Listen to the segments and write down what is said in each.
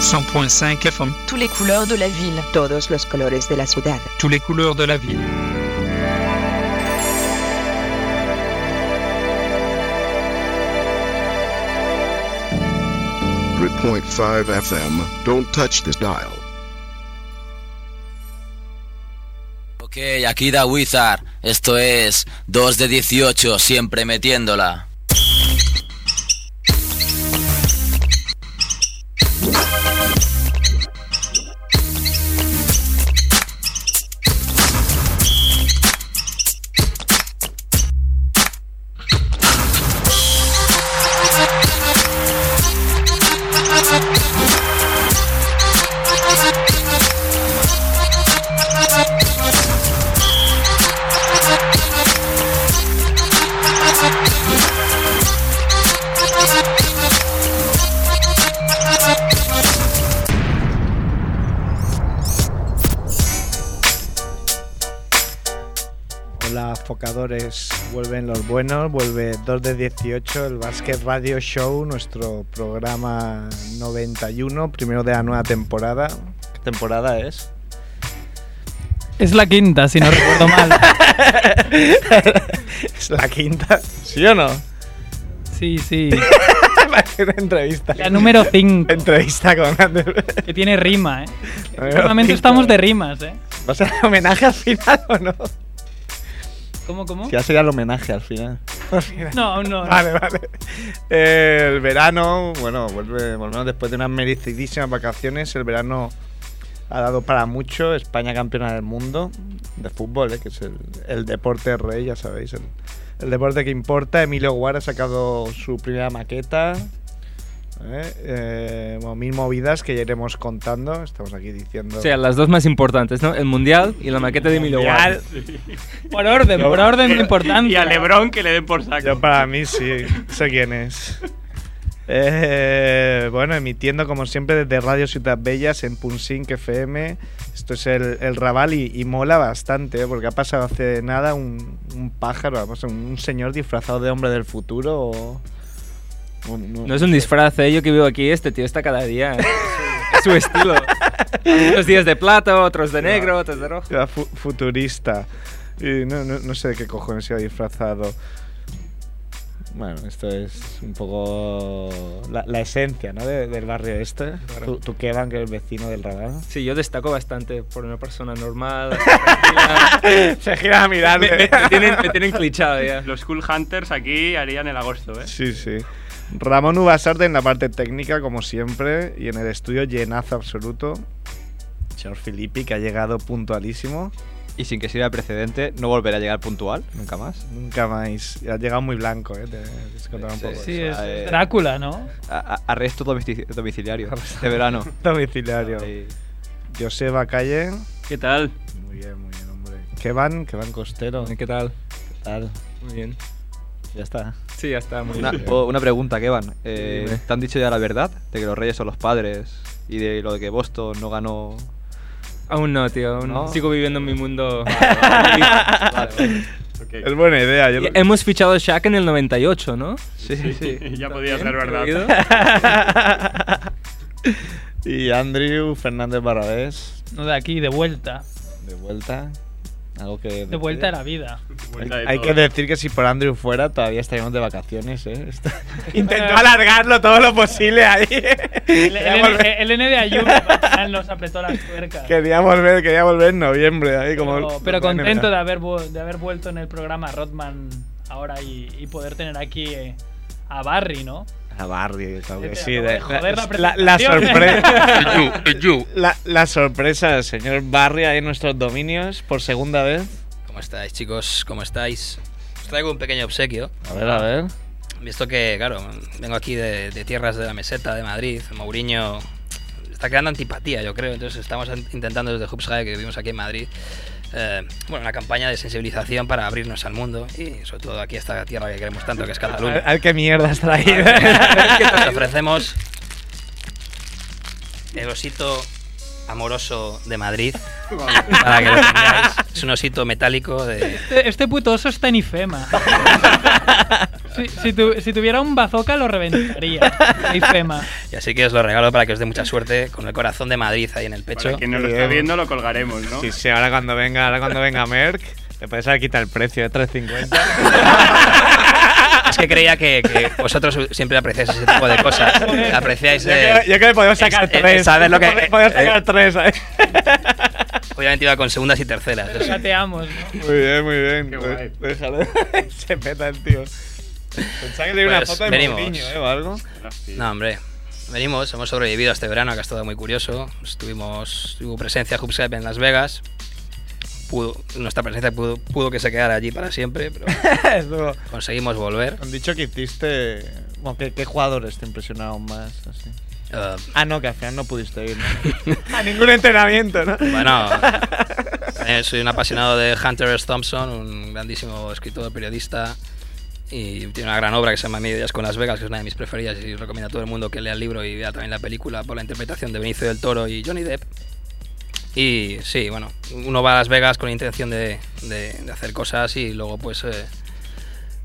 100.5 FM, Tous les couleurs de la ville. Todos los colores de la ciudad. tous les couleurs de la ville. Point five FM. Don't touch this dial. Ok, aquí da Wizard. Esto es 2 de 18, siempre metiéndola. Hola, focadores. Vuelven los buenos, vuelve 2 de 18, el Basket Radio Show, nuestro programa 91, primero de la nueva temporada. ¿Qué temporada es? Es la quinta, si no recuerdo mal. ¿Es la quinta? ¿Sí o no? Sí, sí. Una entrevista. La número 5, Entrevista con Ander. que tiene rima, ¿eh? Número Normalmente cinco. estamos de rimas, ¿eh? ¿Va a ser el homenaje al final o no? ¿Cómo, cómo? Ya sería el homenaje al final. No, aún no. Vale, vale. Eh, el verano, bueno, vuelve, volvemos después de unas merecidísimas vacaciones. El verano ha dado para mucho. España campeona del mundo de fútbol, eh, que es el, el deporte rey, ya sabéis. El, el deporte que importa. Emilio Guar ha sacado su primera maqueta. eh, eh, bueno, mil movidas que ya iremos contando. Estamos aquí diciendo. O sea, las dos más importantes, ¿no? El mundial y la maqueta de Emilio Guard. Por orden, por orden de importancia. Y a Lebron que le den por saco. Yo para mí sí, sé quién es. Eh, bueno, emitiendo como siempre desde Radio Ciudad Bellas en Punsink FM. Esto es el, el Raval y, y mola bastante, ¿eh? porque ha pasado hace nada un, un pájaro, vamos, un, un señor disfrazado de hombre del futuro. o- o No es un disfraz, ¿eh? Yo que vivo aquí, este tío está cada día. ¿eh? Es su, es su estilo. Unos días de plata, otros de negro, otros de rojo. Era fu- futurista. Y no, no- no sé de qué cojones se ha disfrazado. Bueno, esto es un poco la, la esencia ¿no? de- del barrio este. Tú, tú Kevan, que es el vecino del radar. Sí, yo destaco bastante por una persona normal. así, tranquila. Se gira a me, me- mirarme. me tienen, me tienen clichado ya. Los Cool Hunters aquí harían el agosto, ¿eh? Sí, sí. Ramón Ubasarte en la parte técnica, como siempre, y en el estudio llenazo absoluto. Señor Filippi, que ha llegado puntualísimo. Y sin que sirva de precedente, no volverá a llegar puntual, nunca más. Nunca más. Ha llegado muy blanco, ¿eh? Te- te- te contaba un Sí, poco Sí, eso. es Eh, Drácula, ¿no? A- a- arresto domici- domiciliario de verano. Domiciliario. Ahí. Joseba Calle. ¿Qué tal? Muy bien, muy bien, hombre. ¿Qué van? ¿Qué van costero? ¿Qué ¿Qué tal? tal? Muy bien. Ya está. Sí, ya está, muy Una, bien. o- una pregunta, Kevan. Eh, Dime. ¿Te han dicho ya la verdad? De que los reyes son los padres y de lo de que Boston no ganó. Aún no, tío. aún No. Sigo viviendo en mi mundo. Vale, vale. Es buena idea. Yo Y Hemos fichado a Shaq en el 98, ¿no? Sí, sí. ya podía ser Bien, verdad. creído. Y Andrew Fernández Barrabés, No de aquí, de vuelta. de vuelta. Algo que De vuelta a la vida. Hay, Vuelta de hay todo. que decir que si por Andrew fuera, todavía estaríamos de vacaciones, ¿eh? Está- Eh. Intentó alargarlo todo lo posible ahí. El, quería, el- volver, el N de Ayuba al final nos apretó las tuercas. quería volver, quería volver en noviembre. Ahí, como Pero, pero contento de haber, vu- de haber vuelto en el programa Rodman ahora y, y poder tener aquí eh, a Barry, ¿no? La Barry, claro que Te sí. acabo de de- Este, joder la la, la presentación. sorpresa. la, la sorpresa del señor Barry ahí en nuestros dominios por segunda vez. ¿Cómo estáis, chicos? ¿Cómo estáis? Os traigo un pequeño obsequio. A ver, a ver. Visto que, claro, vengo aquí de, de tierras de la meseta de Madrid, Mourinho está creando antipatía, yo creo. Entonces estamos an- intentando desde Hubs High, que vivimos aquí en Madrid, eh, bueno, una campaña de sensibilización para abrirnos al mundo y sobre todo aquí a esta tierra que queremos tanto, que es A ver, Cataluña. a ver qué mierda has traído. Os ofrecemos el osito amoroso de Madrid para que lo tengáis. Es un osito metálico de Este, este puto oso está en IFEMA. Si, si tu- si tuviera un bazooka lo reventaría. Ahí Fema. Y así que os lo regalo para que os dé mucha suerte con el corazón de Madrid ahí en el pecho. Para quien no lo esté viendo, lo colgaremos, ¿no? Sí, sí, ahora cuando venga, ahora cuando venga Merck, le puedes haber quitado el precio de 3.50. Es que creía que, que vosotros siempre apreciáis ese tipo de cosas. Apreciáis. Yo eh, creo, yo creo que podemos sacar es- es- tres. ¿sabes lo que- Pod- Podemos eh, sacar tres. ¿eh? obviamente iba con segundas y terceras. eso sí. Gateamos, ¿no? Muy bien, muy bien. Qué guay. Dé- Déjalo. Se peta el tío. Pensaba que tenía una Pues, foto de venimos. Mourinho, ¿eh? O algo. No, hombre. Venimos, hemos sobrevivido a este verano, que ha estado muy curioso. Estuvimos, tuvo presencia Hubsep en Las Vegas. Pudo, nuestra presencia pudo, pudo que se quedara allí para siempre, pero Estuvo- conseguimos volver. Han dicho que hiciste. Bueno, ¿qué, qué jugadores te impresionaron más? Así? Eh, Ah, no, que al final no pudiste ir. ¿no? A ningún entrenamiento, ¿no? Bueno, eh, soy un apasionado de Hunter S. Thompson, un grandísimo escritor, periodista, y tiene una gran obra que se llama Medias con Las Vegas, que es una de mis preferidas, y recomiendo a todo el mundo que lea el libro y vea también la película por la interpretación de Benicio del Toro y Johnny Depp. Y sí, bueno, uno va a Las Vegas con la intención de, de- de hacer cosas y luego pues... eh,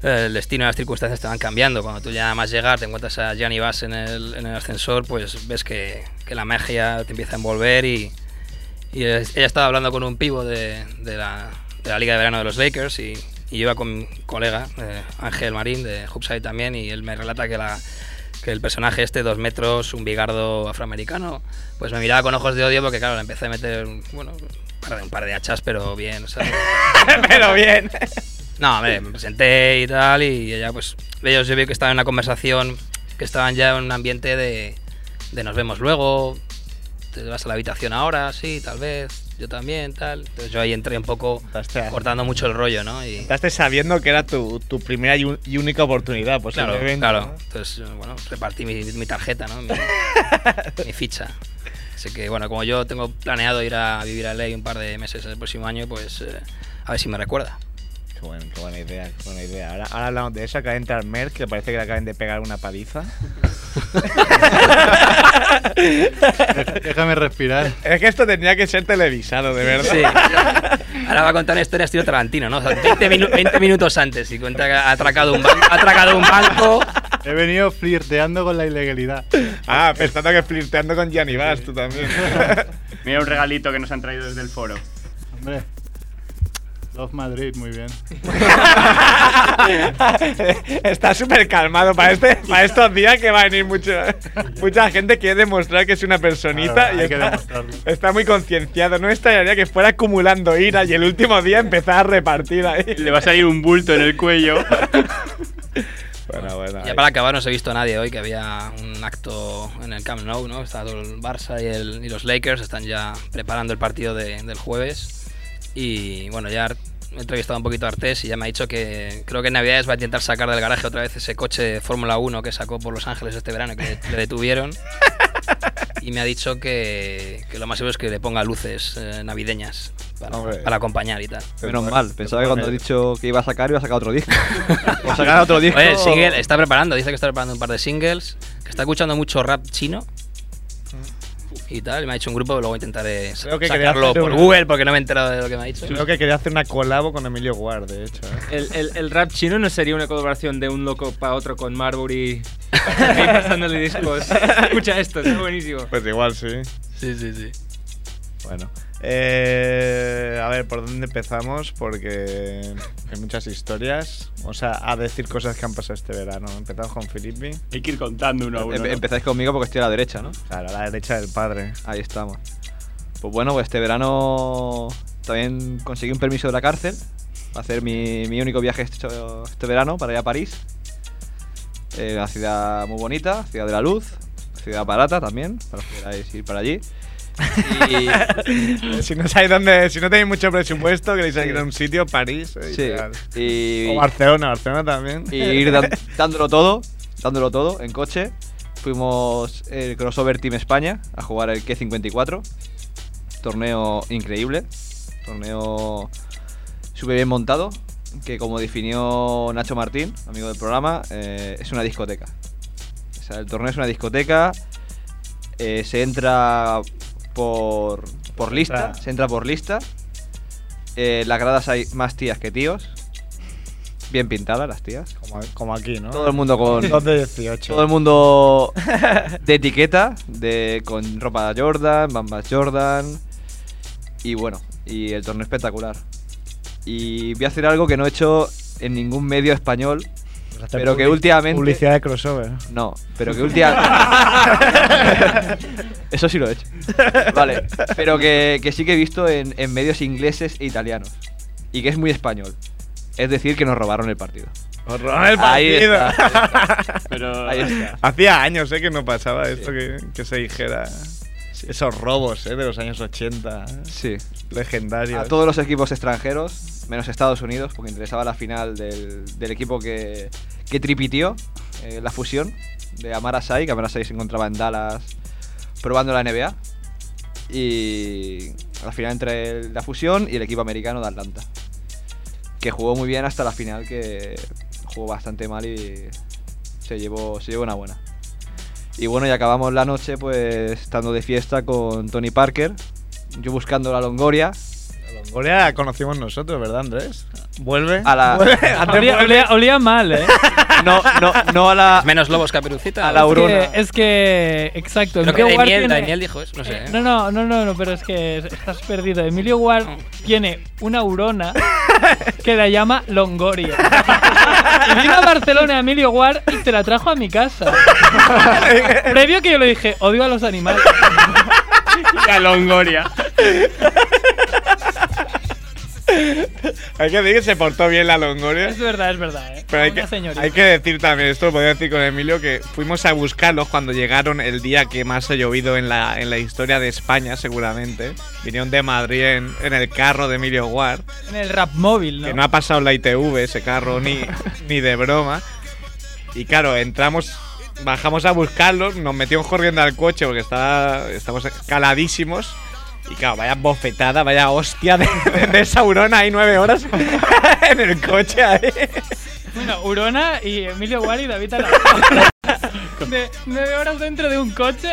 el destino y las circunstancias te van cambiando. Cuando tú ya nada más llegar, te encuentras a Gianni Bass en el, en el ascensor, pues ves que, que la magia te empieza a envolver y, y es- ella estaba hablando con un pivo de, de la, de la Liga de Verano de los Lakers y, y yo iba con mi colega, eh, Ángel Marín, de Hoopside también, y él me relata que, la, que el personaje este, dos metros, un bigardo afroamericano, pues me miraba con ojos de odio porque, claro, le empecé a meter, bueno, un par de, un par de hachas, pero bien, ¿sabes? Pero bien. No, hombre, me presenté y tal, y ella, pues, ellos yo vi que estaban en una conversación, que estaban ya en un ambiente de, de nos vemos luego, te vas a la habitación ahora, sí, tal vez, yo también, tal. Entonces yo ahí entré un poco Entraste, cortando mucho el rollo, ¿no? Y, entraste sabiendo que era tu, tu primera y, un- y única oportunidad, pues claro, claro. Entonces, bueno, repartí mi, mi tarjeta, ¿no? Mi, mi ficha. Así que, bueno, como yo tengo planeado ir a vivir a LA un par de meses el próximo año, pues eh, a ver si me recuerda. Qué, buen- qué buena idea, qué buena idea. Ahora, ahora hablamos de eso, acaba de entrar Merck, que parece que le acaban de pegar una paliza. Déjame respirar. es que esto tenía que ser televisado, de verdad. Sí. Ahora va a contar una historia estilo Tarantino, ¿no? O sea, 20, minu- 20 minutos antes y cuenta que ha atracado un, ban- ha atracado un banco. He venido flirteando con la ilegalidad. Ah, pensando que flirteando con Gianni Vas, tú también. Mira un regalito que nos han traído desde el foro. Hombre. Love Madrid, muy bien. Está súper calmado para, este, para estos días que va a venir mucho, mucha gente quiere demostrar que es una personita Claro, y hay que está, demostrarlo. está muy concienciado. No me extrañaría que fuera acumulando ira y el último día empezar a repartir ahí. Le va a salir un bulto en el cuello. Bueno, bueno. Ya para acabar, no os he visto a nadie hoy que había un acto en el Camp Nou, ¿no? Está todo el Barça y, el- y los Lakers, están ya preparando el partido de- del jueves. Y bueno, ya Ar- he entrevistado un poquito a Artés y ya me ha dicho que creo que en Navidades va a intentar sacar del garaje otra vez ese coche de Fórmula 1 que sacó por Los Ángeles este verano y que le- le detuvieron. Y me ha dicho que, que lo más seguro es que le ponga luces eh, navideñas Hombre. para, para acompañar y tal. Menos mal, pensaba que cuando he dicho que iba a sacar, iba a sacar otro disco. o sacar otro disco. Oye, el single está preparando, dice que está preparando un par de singles, que está escuchando mucho rap chino. Y tal, me ha hecho un grupo, luego intentaré sa- Creo que quería sacarlo hacer por una- Google porque no me he enterado de lo que me ha dicho. Creo que quería hacer una colabo con Emilio Guard, de hecho. ¿eh? El, el- el rap chino no sería una colaboración de un loco para otro con Marbury ahí pasándole discos. Escucha esto, está buenísimo. Pues igual sí. Sí, sí, sí. Bueno. eh, a ver, ¿por dónde empezamos? Porque hay muchas historias. Vamos a, a decir cosas que han pasado este verano. Empezamos con Filippi. Hay que ir contando uno a uno. Em- ¿no? Empezáis conmigo porque estoy a la derecha, ¿no? Claro, a la derecha del padre. Ahí estamos. Pues bueno, pues este verano también conseguí un permiso de la cárcel. Va a hacer mi, mi único viaje este, este verano para ir a París. Eh, una ciudad muy bonita, ciudad de la luz, ciudad barata también, para los que queráis ir para allí. Y, Eh, si no sabéis dónde, si no tenéis mucho presupuesto, queréis ir a un sitio, París. eh, sí, ideal. y- O Barcelona, Barcelona también. y ir dan- dándolo todo, dándolo todo en coche. Fuimos el crossover Team España a jugar el K54. Torneo increíble. Torneo súper bien montado. Que como definió Nacho Martín, amigo del programa, eh, es una discoteca. O sea, el torneo es una discoteca. eh, se entra por, por lista. Se entra por lista. Eh, en las gradas hay más tías que tíos. bien pintadas las tías. Como, como aquí, ¿no? Todo el mundo con. Dos de 18. Todo el mundo de etiqueta, de, con ropa Jordan, bambas Jordan. Y bueno, y el torneo espectacular. Y voy a hacer algo que no he hecho en ningún medio español. Pues hacer Pero que public- últimamente. Publicidad de crossover. No, pero que últimamente. Eso sí lo he hecho. Vale, pero que, que sí que he visto en, en medios ingleses e italianos. Y que es muy español. Es decir, que nos robaron el partido. Ahí está, Pero Ahí está. Hacía años eh, que no pasaba esto Sí. que, que se dijera. Esos robos eh, de los años 80. Sí. Legendarios. A todos los equipos extranjeros, menos Estados Unidos, porque interesaba la final del, del equipo que, que tripitió eh, la fusión de Amarasai, que Amarasai se encontraba en Dallas probando la NBA. Y la final entre el- la fusión y el equipo americano de Atlanta, que jugó muy bien hasta la final, que jugó bastante mal y se llevó, se llevó una buena. Y bueno, y acabamos la noche pues estando de fiesta con Tony Parker, yo buscando la Longoria, La Longoria la conocimos nosotros, ¿verdad, Andrés? ¿Vuelve? A la- ¿Vuelve? Andrés Olía, vuelve. olía- olía mal, ¿eh? No, no, no a la. Menos lobos caperucita. A la ¿no? ur- Aurora. Es que, es que- exacto. Creo que Emilio Ward Daimiel, tiene- Daimiel dijo eso, no sé. eh, ¿eh? no, no, no, no, no, pero es que estás perdido. Emilio Ward tiene una aurona que la llama Longoria. Y vino a Barcelona Emilio Ward y te la trajo a mi casa. Previo que yo le dije, odio a los animales. la Longoria. Hay que decir que se portó bien la Longoria. Es verdad, es verdad, ¿eh? Pero hay Una que, señorita. hay que decir también, esto lo podía decir con Emilio, que fuimos a buscarlos cuando llegaron el día que más ha llovido en la, en la historia de España, seguramente. Vinieron de Madrid en, en el carro de Emilio Guard, En el rap móvil, que ¿no? no ha pasado la ITV ese carro ni, ni de broma. Y claro, entramos, bajamos a buscarlos, nos metimos corriendo al coche porque estaba, estamos caladísimos. Y claro, vaya bofetada, vaya hostia de, de, de Sauron ahí nueve horas en el coche ahí. Bueno, Urona y Emilio Ward y David Alaba. De nueve horas dentro de un coche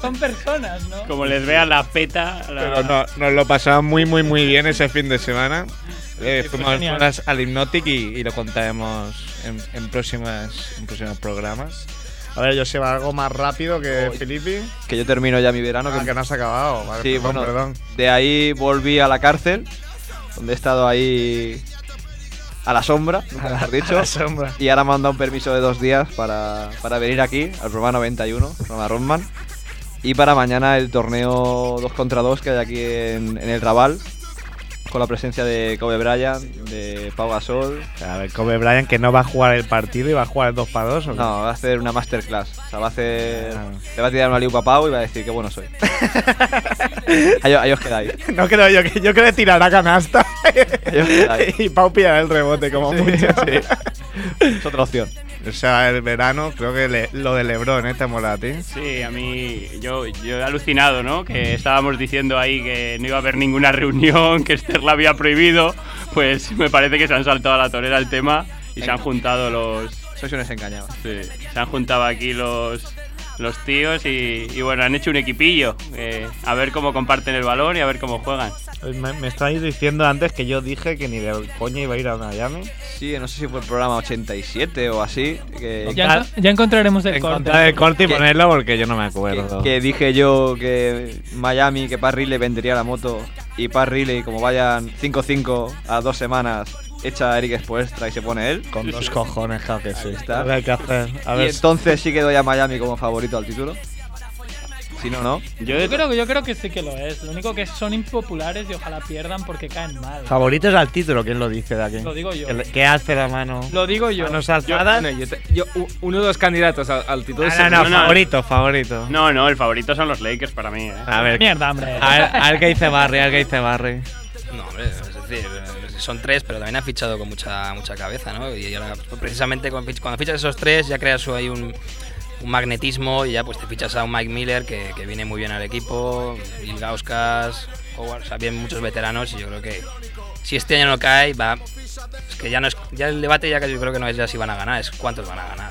son personas, ¿no? Como les vea la peta. la- Pero no, nos lo pasamos muy, muy, muy bien ese fin de semana. Eh, Sí, fue fuimos genial. fuimos al Hypnotic y, y lo contaremos en, en, próximas, en próximos programas. A ver, yo sé algo más rápido que Uy. Filipe. Ah, Que yo termino ya mi verano. que- no has acabado. Vale, sí, bueno, de ahí volví a la cárcel, donde he estado ahí a la sombra, nunca mejor dicho. sombra. Y ahora me han dado un permiso de dos días para, para venir aquí, al programa 91, programa Rodman. Y para mañana el torneo 2 contra 2 que hay aquí en, en el Raval, con la presencia de Kobe Bryant, de Pau Gasol. A ver, Kobe Bryant que no va a jugar el partido y va a jugar el 2 para 2. No, va a hacer una masterclass. O sea, va a hacer. Ah. Le va a tirar una liupa a Pau y va a decir que bueno soy. ahí, ahí os quedáis. no creo yo que yo creo que tirará canasta. Ahí os quedáis. y Pau pillará el rebote como mucho. Es otra opción. O sea, el verano, creo que le- lo de Lebron, ¿eh? Te mola a ti. Sí, a mí yo, yo he alucinado, ¿no? Que estábamos diciendo ahí que no iba a haber ninguna reunión, que Esther la había prohibido. Pues me parece que se han saltado a la torera el tema y se han juntado los. Sois unos engañados. sí, se han juntado aquí los, los tíos y, y bueno, han hecho un equipillo. eh, a ver cómo comparten el balón y a ver cómo juegan. Me, me estáis diciendo antes que yo dije que ni de coña iba a ir a Miami. Sí, no sé si fue el programa 87 o así. Que, Ya, enco- ya encontraremos el corte. Encontrar el corte y Que- ponerlo porque yo no me que- acuerdo. que dije yo que Miami, que Pat Riley vendería la moto. Y Pat Riley, como vayan 5-5 a dos semanas, echa a Eric Spoelstra y se pone él. Con dos cojones, ja, que sí. está. Lo que hay que hacer. A y ver, entonces sí que doy a Miami como favorito al título. Si no, no. Yo Yo de- creo, que- yo creo que sí que lo es. Lo único que son impopulares y ojalá pierdan porque caen mal. favoritos al título, ¿quién lo dice de aquí? Lo digo yo. Ah, El- Ah, Que hace la mano. Lo digo yo. Manos alzadas. No, yo te- yo- u- uno de los candidatos al, al título Ah, no, no, No, no. favorito, favorito. No, no, el favorito son los Lakers para mí. ¿eh? A ver. Mierda, hombre. A ver, a ver qué dice Barry, a ver qué dice Barry. No, hombre, es decir, eh, son tres, pero también ha fichado con mucha mucha cabeza, ¿no? Y ahora, pues, precisamente, con fich- cuando fichas esos tres, ya creas ahí un, un magnetismo y ya pues te fichas a un Mike Miller que, que viene muy bien al equipo, Ilgauskas, Howard, o sea, bien muchos veteranos y yo creo que si este año no cae, va... Es que ya no es... Ya el debate ya que yo creo que no es ya si van a ganar, es cuántos van a ganar.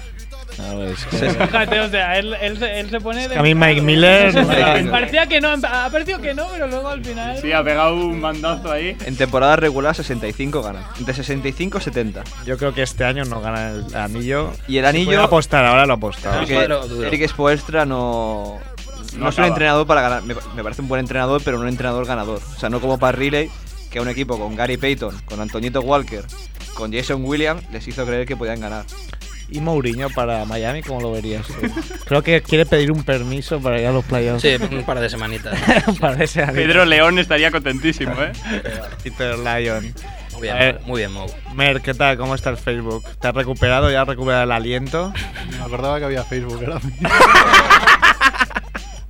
A ver, es que- Fíjate, o sea, él, él se- él se pone. de- a mí Mike Miller- Ah, Parecía que no, ha parecido que no, pero luego al final. Sí, ha pegado un bandazo ahí. En temporada regular 65 gana. Entre 65 y 70. Yo creo que este año no gana el anillo. Y el Si anillo- pudiera apostar, ahora lo apostado. Porque Eric Spoelstra no. No, No es un acaba. entrenador para ganar. Me, me parece un buen entrenador, pero no un entrenador ganador. O sea, no como para Riley, que a un equipo con Gary Payton, con Antoñito Walker, con Jason Williams, les hizo creer que podían ganar. ¿Y Mourinho para Miami? ¿Cómo lo verías? Creo que quiere pedir un permiso para ir a los playoffs. Sí, un par de semanitas. para ese anillo. Pedro León estaría contentísimo, ¿eh? Peter Lyon. Muy A ver. bien, muy bien, Mou. Mer, ¿qué tal? ¿Cómo está el Facebook? ¿Te has recuperado? ¿Ya has recuperado el aliento? Me acordaba que había Facebook ahora mismo.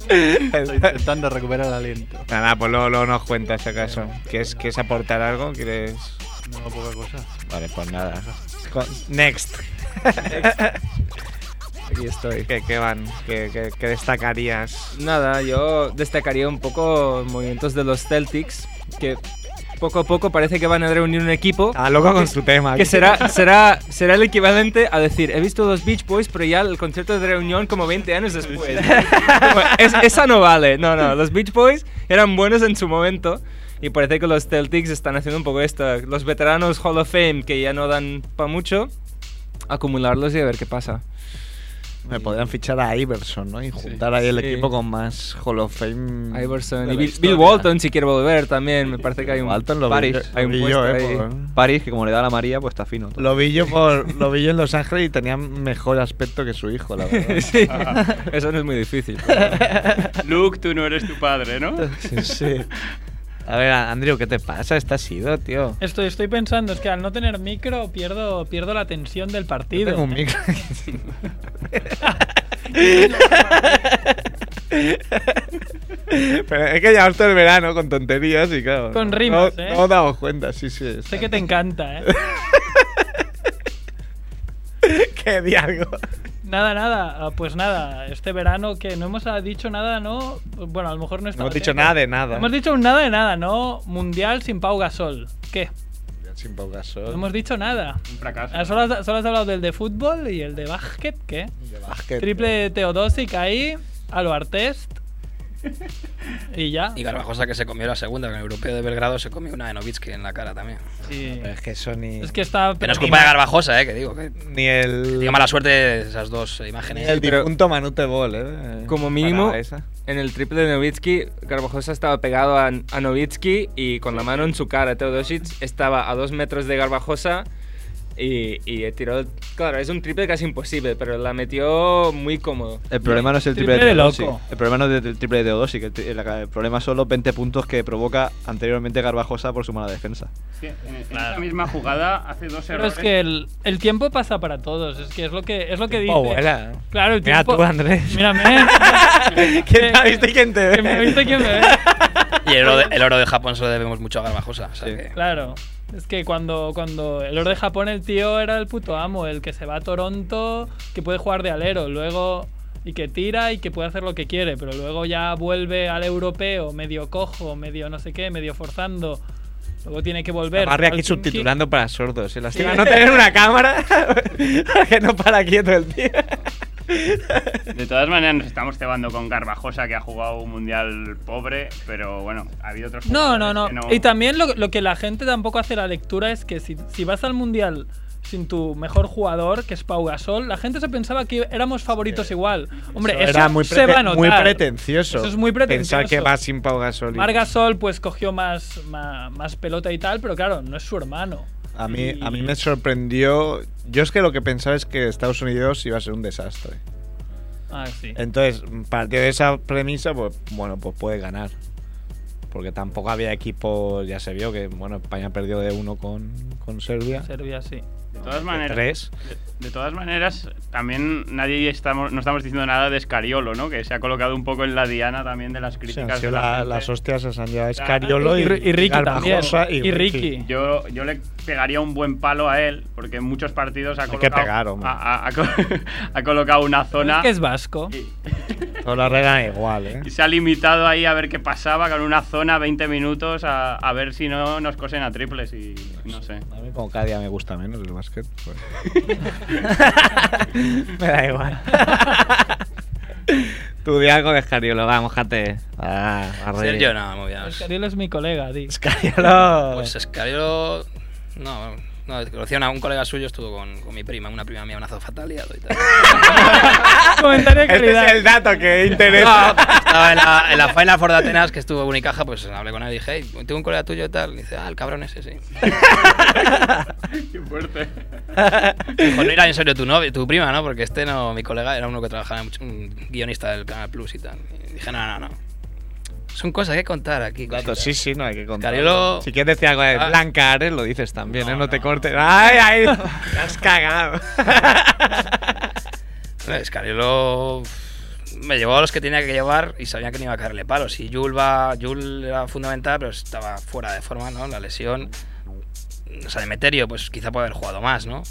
Estoy intentando recuperar el aliento. Nada, nada, pues luego, luego nos cuentas si acaso. ¿Quieres, ¿Quieres aportar algo? ¿Quieres...? No, poca cosa. Vale, pues nada. Con- Next. Aquí estoy. ¿Qué, qué van? ¿Qué, qué, qué destacarías? Nada, yo destacaría un poco movimientos de los Celtics, que poco a poco parece que van a reunir un equipo. Ah, loco con su tema. Que será, será, será el equivalente a decir, he visto los Beach Boys, pero ya el concierto de reunión como 20 años después. Como, "Es- esa no vale. No, no, los Beach Boys eran buenos en su momento y parece que los Celtics están haciendo un poco esto. Los veteranos Hall of Fame, que ya no dan para mucho, acumularlos y a ver qué pasa. Me podrían fichar a Iverson, ¿no? Y juntar ahí el Sí. equipo con más Hall of Fame. Iverson de y la Bill, Bill historia. Walton si quiere volver también, me parece que hay un... Walton lo París. vi, yo- Hay un lo vi puesto yo, eh, ahí. por- París, que como le da la María, pues está fino. Lo vi yo por, lo vi yo en Los Ángeles y tenía mejor aspecto que su hijo, la verdad. Sí. Eso no es muy difícil. Luke, tú no eres tu padre, ¿no? sí, sí. A ver, Andrew, ¿qué te pasa? ¿Estás ido, tío? Estoy, estoy pensando, es que al no tener micro pierdo, pierdo la tensión del Yo partido. tengo un micro. Pero es que llevamos todo el verano con tonterías y claro. Con no- rimas, no, ¿eh? No nos damos cuenta, sí, sí. Sé que te encanta, ¿eh? Qué diálogo. Nada, nada, ah, pues nada, este verano que no hemos ah, dicho nada, ¿no? Bueno, a lo mejor no No estamos... hemos dicho nada de nada. Hemos dicho un nada de nada, ¿no? Mundial sin Pau Gasol. ¿Qué? Sin poca sol. No hemos dicho nada. Un fracaso. Ah, Solo has, solo has hablado del de fútbol y el de básquet, ¿qué? De básquet. Triple Teodosic ahí, a lo Artest. Y ya. Y Garbajosa que se comió la segunda, que en el europeo de Belgrado se comió una de Novitsky en la cara también. Sí. Pero Es que eso ni. Es que está... Que no es culpa de Garbajosa, eh, que digo. Que Ni el. tiene mala suerte de esas dos ni imágenes. el pero- difunto Manute Bol, ¿eh? Como mínimo, Paraba esa. en el triple de Novitsky, Garbajosa estaba pegado a, a Novitsky y con la mano en su cara. Teodosic estaba a dos metros de Garbajosa y, y tiró. Claro, es un triple casi imposible, pero la metió muy cómodo. El problema no es el triple, Triple de de Teodosic. loco. El problema no es el triple de Teodosic. El, tri- el- el problema son los 20 puntos que provoca anteriormente Garbajosa por su mala defensa. Sí, en en esta misma jugada hace dos Pero errores. es que el, el tiempo pasa para todos, es que es lo que es lo que dice. Oh, vuela. Claro, el Mira tiempo. tú, Andrés. Mírame. ¿Quién te ha visto y quién te ve? Que me viste quién me ve. Y el oro, de, el oro de Japón se lo debemos mucho a Garbajosa. O sea Sí. que- Claro. Es que cuando, cuando el oro de Japón, el tío era el puto amo, el que se va a Toronto, que puede jugar de alero, luego. Y que tira y que puede hacer lo que quiere, pero luego ya vuelve al europeo, medio cojo, medio no sé qué, medio forzando. Luego tiene que volver. Barre aquí al Kimki. subtitulando para sordos. ¿eh? Lástima no tener una cámara que no para quieto el tío. De todas maneras, nos estamos cebando con Garbajosa, que ha jugado un mundial pobre, pero bueno, ha habido otros. No, no, jugadores no. que Y también lo, lo que la gente tampoco hace la lectura es que si, si vas al mundial sin tu mejor jugador, que es Pau Gasol, la gente se pensaba que éramos favoritos igual. Hombre, eso, era muy, se prete- va a notar. muy pretencioso. Eso es muy pretencioso. Pensar que va sin Pau Gasol. y- Mar Gasol pues cogió más, ma- más, pelota y tal, pero claro, no es su hermano. A mí, a mí me sorprendió. Yo es que lo que pensaba es que Estados Unidos iba a ser un desastre. Ah, sí. Entonces, partido de esa premisa, pues bueno, pues puede ganar. Porque tampoco había equipo, ya se vio que bueno, España perdió de uno con, con Serbia. Serbia sí. De todas De maneras. tres. De todas maneras, también nadie estamos, no estamos diciendo nada de Escariolo, ¿no? Que se ha colocado un poco en la diana también de las Sí, han críticas. sido de la la- gente. Ah, las hostias se han llevado Escariolo y, Ah, Y Ri- y Ricky también. Garbajosa Y Ricky. Ricky. Yo, yo le pegaría un buen palo a él, porque en muchos partidos ha Hay que colocado, pegar, hombre. ha, ha- ha co- ha colocado una Es zona. que es vasco. y- Todas las reglas igual, ¿eh? Y se ha limitado ahí a ver qué pasaba con una zona 20 minutos a, a ver si no nos cosen a triples y no sé. A mí como cada día me gusta menos el básquet. pues. me da igual. tu día con Escariolo, va, mojate. Ah, a reír. Sergio, no, muy bien. Escariolo es mi colega, di. Escariolo. Pues Escariolo. No, no, conocí a una- un colega suyo, estuvo con, con mi prima, una prima mía, una azofata liado y tal. Comentario de este calidad. es el dato que Ah. interesa. Estaba en la, en la Final Four de Atenas, que estuvo Unicaja, pues hablé con él y dije, hey, tengo un colega tuyo y tal. Y dice, ah, el cabrón ese, sí. Qué fuerte. Dijo, no era en serio tu novia, tu prima, ¿no? Porque este no, mi colega era uno que trabajaba mucho, un guionista del Canal Plus y tal. Y dije, no, no, no. Son cosas que contar aquí. Dato, cositas". sí, sí, no hay que contar. Escariolo- Si quieres decir algo de Ah. Blanca Ares, lo dices también, ¿eh? No, No, te no. cortes. ¡Ay, ay! te has cagado. Escariolo me llevó a los que tenía que llevar y sabía que no iba a caerle palos. Y Jul, va, Jul era fundamental, pero estaba fuera de forma, ¿no? La lesión. O sea, Demeterio, pues quizá puede haber jugado más, ¿no?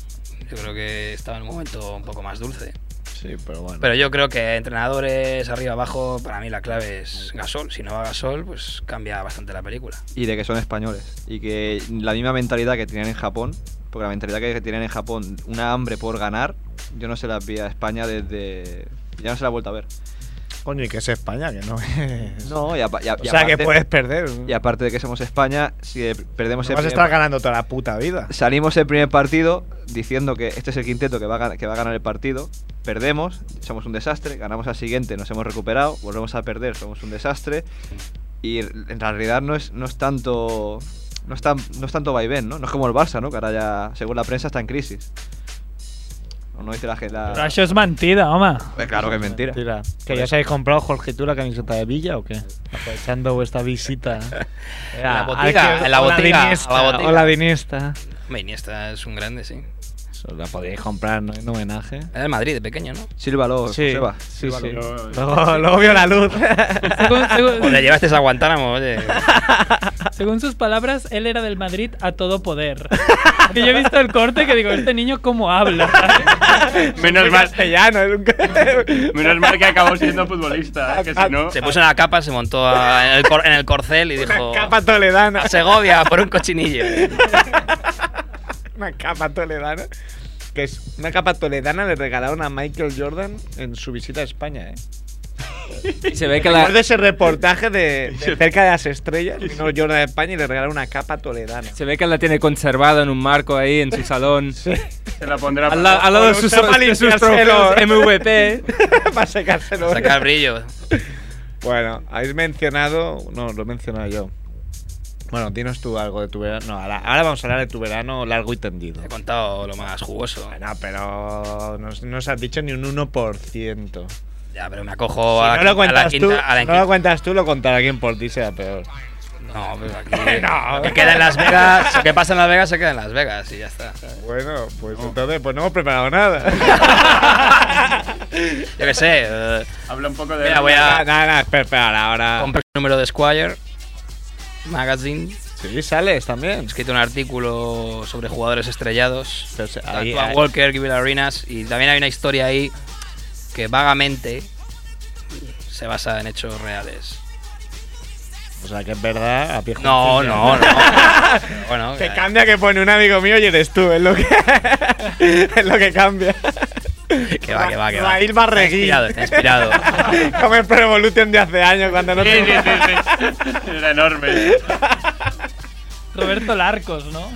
Yo creo que estaba en un momento un poco más dulce. sí, pero bueno. Pero yo creo que entrenadores arriba abajo, para mí la clave es Gasol. Si no va Gasol, pues cambia bastante la película. y de que son españoles. Y que la misma mentalidad que tenían en Japón, porque la mentalidad que tienen en Japón, una hambre por ganar, yo no se la vi a España desde... Ya no se la he vuelto a ver. Coño, y que es España, que no es. No, y, apa- y a- o y sea, que aparte- puedes perder. Y aparte de que somos España, si perdemos No vas a primer estar ganando toda la puta vida. Salimos el primer partido diciendo que este es el quinteto que va, a, gan- que va a ganar el partido. Perdemos, somos un desastre. Ganamos al siguiente, nos hemos recuperado. Volvemos a perder, somos un desastre. Y en realidad no es, no es tanto. No es, tan, no es tanto vaivén, ¿no? No es como el Barça, ¿no? Que ahora ya, según la prensa, está en crisis. No, no dice la gente. Ah. Pero eso es mentira, oma. Pues claro que es mentira. ¿Que ya os habéis comprado, Jorge, tú la camiseta de Villa o qué? Aprovechando vuestra visita. ¿eh? la botiga, en la botiga, a la botiga. Hola, Dinista. Hombre, Iniesta es un grande, sí. Eso la podríais comprar ¿no? en homenaje. Era el Madrid de pequeño, ¿no? Sílvalo, Joseba. sí, sí. Yo- Luego, luego vio la luz. Según, O le según- llevaste a Guantánamo, oye. según sus palabras, él era del Madrid a todo poder. Que yo he visto el corte que digo, este niño cómo habla. Menos Es mal, castellano. es un- menos mal que acabó siendo futbolista, ¿eh? que si no... Se puso una capa, se montó a- en, el cor- en el corcel y dijo... Una capa toledana. A Segovia, por un cochinillo. Una capa toledana. Que es una capa toledana le regalaron a Michael Jordan en su visita a España, ¿eh? Se ve que la. Después de ese reportaje de, de cerca de las estrellas, vino Jordan a España y le regalaron una capa toledana. Se ve que la tiene conservada en un marco ahí en su salón. Se la pondrá... Al, la- al lado de sus, Lo usa para de sus limpiárselo. trofeos ¿eh? MVP. Para secárselo. Sacar brillo. Bueno, habéis mencionado. No, lo he mencionado yo. Bueno, dinos tú algo de tu verano. No, ahora, ahora vamos a hablar de tu verano largo y tendido. He contado lo más jugoso. Bueno, pero no, no os has dicho ni un 1%. Ya, pero me acojo a, Si no lo la, quin- a la cuentas tú, quinta... a la no lo quinta- cuentas tú, lo contará quien por ti sea peor. No, pero aquí... Lo que queda en Las Vegas... Lo que pasa en Las Vegas se queda en Las Vegas y ya está. ¿sabes? Bueno, pues entonces, pues no hemos preparado nada. Yo qué sé. eh, Habla un poco de... mira, voy nada, a nada, espera, espera, ahora. comprar un número de Squire Magazine. Sí, sales He también. escrito un artículo sobre jugadores estrellados. Pero se- ahí- Actúa ahí- Walker, Givil Arenas. Y también hay una historia ahí que vagamente se basa en hechos reales. O sea, que es verdad, a pie No, juntillas. no, no. Pero bueno, eh, Que ya- cambia que pone un amigo mío y eres tú, es lo que, es lo que cambia. que va, que va, que va. Raíl Está Barreguín. inspirado, está inspirado. Como el Pro Evolution de hace años, cuando no Sí, sí, te- sí, sí. Era enorme. Roberto Larcos, ¿no?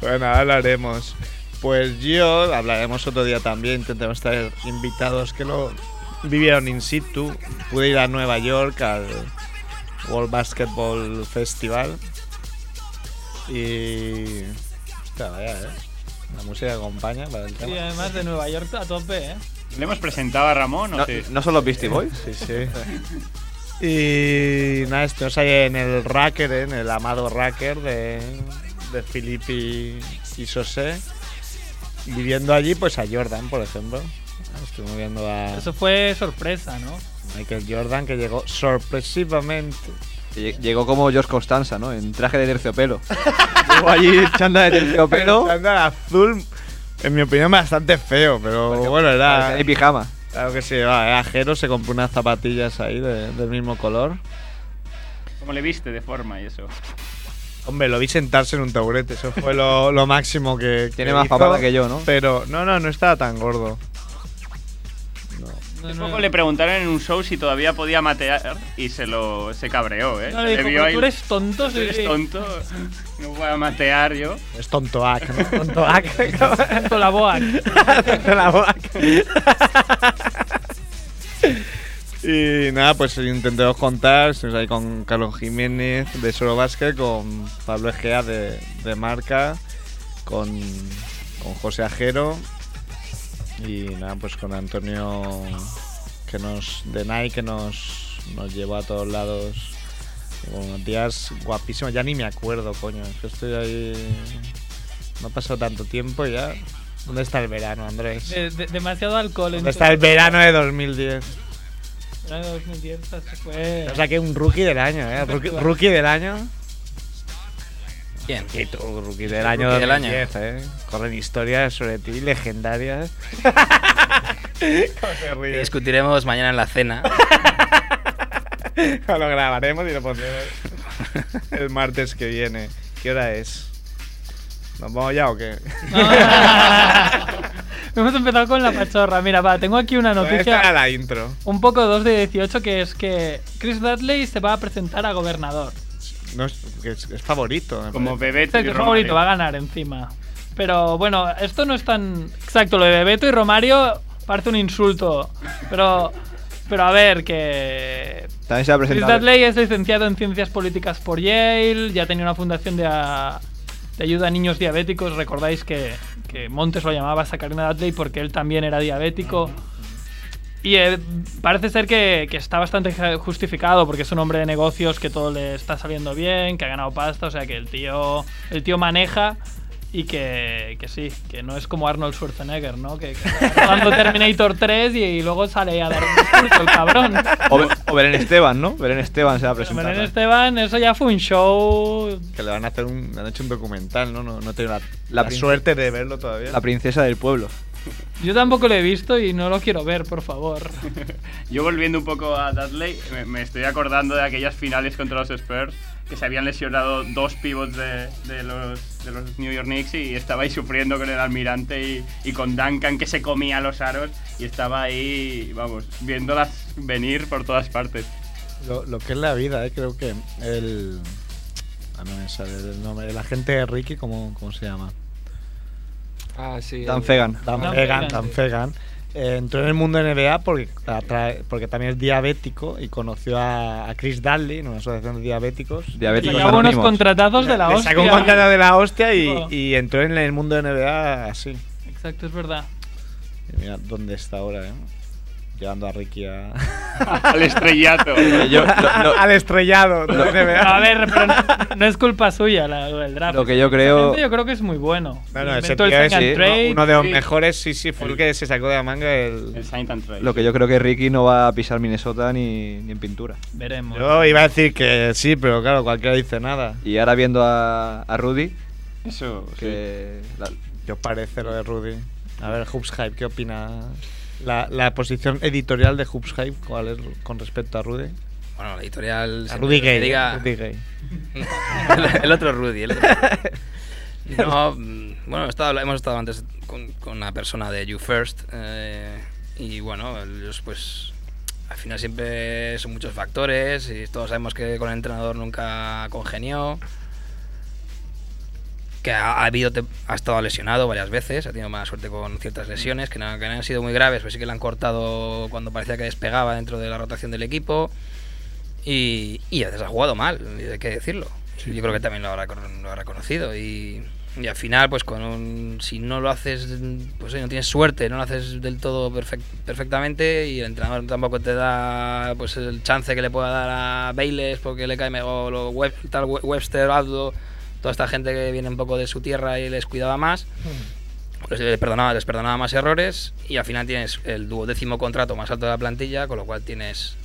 Bueno, ahora lo haremos. Pues yo, hablaremos otro día también, intentaremos traer invitados que lo vivieron in situ. Pude ir a Nueva York al World Basketball Festival. Y... Hostia, vaya, ¿eh? La música acompaña para el Y tema. además de Nueva York a tope, ¿eh? ¿Le hemos presentado a Ramón o No, sí? no son los Beastie Boys. Sí, sí. Y nada, estuvimos ahí en el Racker, ¿eh? en el amado Racker de, de Filippi y, y Sosé. Y viendo allí, pues a Jordan, por ejemplo. Estuvimos viendo a Eso fue sorpresa, ¿no? Michael Jordan, que llegó sorpresivamente. Lle- Llegó como George Constanza, ¿no? En traje de terciopelo. Llegó allí chanda de terciopelo. Chándal azul, en mi opinión, bastante feo, pero bueno, Parecía era. de pijama. Claro que sí, va, ajero se compró unas zapatillas ahí de- del mismo color. ¿Cómo le viste de forma y eso? Hombre, lo vi sentarse en un taburete, eso fue lo, lo máximo que. que Tiene más hizo, papada que yo, ¿no? Pero no, no, no estaba tan gordo. No, Hace no, poco no. le preguntaron en un show si todavía podía matear y se lo se cabreó, ¿eh? No, Se le le dijo, vio "Pero ahí, tú eres tonto, "Tú eres sí, sí". tonto, no voy a matear yo. Es tonto ac, ¿no? Tonto ac. Tonto la boa. Tonto la ac. Y nada, pues intentemos contar, estuvimos ahí con Carlos Jiménez de Solo Basket, con Pablo Egea de, de Marca, con, con José Ajero y nada, pues con Antonio que nos de Nike que nos, nos llevó a todos lados. Unos días guapísimos, ya ni me acuerdo, coño, es que estoy ahí... No ha pasado tanto tiempo ya. ¿Dónde está el verano, Andrés? De- de- demasiado alcohol. Ah, en ¿Dónde tu- está el verano de 2010? Era 2010, se fue. O sea que un rookie del año, ¿eh? Rookie, rookie del año. Bien. Y tú, rookie del año Rookie del 2010, ¿eh? Corren historias sobre ti, legendarias. ¿Cómo te Pues, Que ríes? Discutiremos mañana en la cena. lo grabaremos y lo pondremos el martes que viene. ¿Qué hora es? ¿Nos vamos ya o qué? No. Hemos empezado con la pachorra. Mira, va, tengo aquí una Esta era noticia. la intro. Un poco 2 de 18, que es que Chris Dudley se va a presentar a gobernador. Este No es, que es, es favorito. me Como parece. Es el Bebeto y que es Romario. favorito, va a ganar encima. Pero bueno, esto no es tan. Exacto, lo de Bebeto y Romario parece un insulto. Pero. Pero a ver, que. También se ha Chris presentado. Dudley es licenciado en Ciencias Políticas por Yale, ya tenía una fundación de, a- de ayuda a niños diabéticos. Recordáis que, que Montes lo llamaba Sacarina Dudley porque él también era diabético. Y eh, parece ser que, que está bastante ja- justificado porque es un hombre de negocios que todo le está saliendo bien, que ha ganado pasta, o sea que el tío, el tío maneja y que, que sí, que no es como Arnold Schwarzenegger, ¿no? Que, que está grabando Terminator 3 y, y luego sale a dar un discurso el cabrón. O, Be- o Belén Esteban, ¿no? Belén Esteban se va a Pero presentar. Belén Esteban, eso ya fue un show. Que le van a hacer un, le han hecho un documental, ¿no? No, no tengo la, La la prin- suerte de verlo todavía. La princesa del pueblo. Yo tampoco lo he visto y no lo quiero ver, por favor. Yo volviendo un poco a Dudley, me, me estoy acordando de aquellas finales contra los Spurs que se habían lesionado dos pivots de, de los, de los New York Knicks y estaba ahí sufriendo con el almirante y, y con Duncan que se comía los aros y estaba ahí, vamos, viéndolas venir por todas partes. Lo, lo que es la vida, ¿eh? creo que el. Ah, no me sale el nombre. El agente de Ricky, ¿cómo, cómo se llama? Ah, sí. Dan el- Fegan. Dan Dan Fegan. Fegan, Dan sí. Fegan. Eh, entró en el mundo NBA porque, atrae- porque también es diabético y conoció a, a Chris Dudley en una asociación de diabéticos. Diabéticos Sacaba unos anónimos. contratazos de la Le hostia. Oh. sacó un contrato de la hostia y, Tipo. y entró en el mundo NBA así. Exacto, es verdad. Y mira dónde está ahora, ¿eh? Llevando a Ricky a- Al estrellato. Yo- lo- lo- al estrellado de NBA. A ver, pero no, no es culpa suya la- el draft. Lo que yo creo- Yo creo que es muy bueno. No, no, ese Inventó el tío es sign and sí, trade. uno de los sí. mejores, sí, sí, fue el que se sacó de la manga el... El Saint and Trade. Lo que yo creo que Ricky no va a pisar Minnesota ni, ni en pintura. Veremos. Yo iba a decir que sí, pero claro, cualquiera dice nada. Y ahora viendo a, a Rudy, Eso, sí. que la- ¿Qué os parece lo de Rudy? A ver, Hoops Hype, ¿qué opina? La, la posición editorial de Hoops Hype, ¿cuál es con respecto a Rudy? Bueno, la editorial. A siempre Rudy que Gay. diga- Rudy Gay. el, el otro Rudy. el otro Rudy. No, mm, bueno, he estado- hemos estado antes con, con una persona de You First eh, y bueno, ellos pues al final siempre son muchos factores y todos sabemos que con el entrenador nunca congenió, que ha, ha habido te- ha estado lesionado varias veces, ha tenido mala suerte con ciertas lesiones que no, que no han sido muy graves, pero sí que le han cortado cuando parecía que despegaba dentro de la rotación del equipo. Y, y a veces ha jugado mal, hay que decirlo. Yo creo que también lo habrá, con- lo habrá conocido. Y, y al final, pues con un- si no lo haces, pues oye, no tienes suerte, no lo haces del todo perfec- perfectamente y el entrenador tampoco te da pues el chance que le pueda dar a Bayless porque le cae mejor o Web- tal We- Webster, Aldo, toda esta gente que viene un poco de su tierra y les cuidaba más. Pues, eh, perdonaba, les perdonaba más errores y al final tienes el duodécimo contrato más alto de la plantilla, con lo cual tienes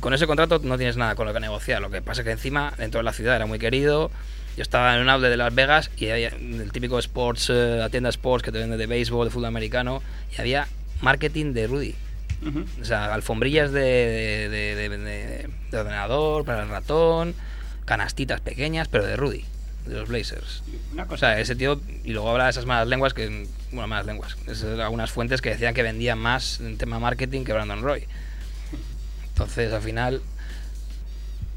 con ese contrato no tienes nada con lo que negociar. Lo que pasa es que encima, dentro de la ciudad, era muy querido. Yo estaba en un outlet de Las Vegas y había el típico sports, eh, la tienda sports que te vende de béisbol, de fútbol americano, y había marketing de Rudy. Ujú. O sea, alfombrillas de, de- de- de- de- de ordenador para el ratón, canastitas pequeñas, pero de Rudy, de los Blazers. Una O cosa. sea, ese tío, y luego habla de esas malas lenguas que, bueno, malas lenguas, es, algunas fuentes que decían que vendía más en tema marketing que Brandon Roy. Entonces, al final,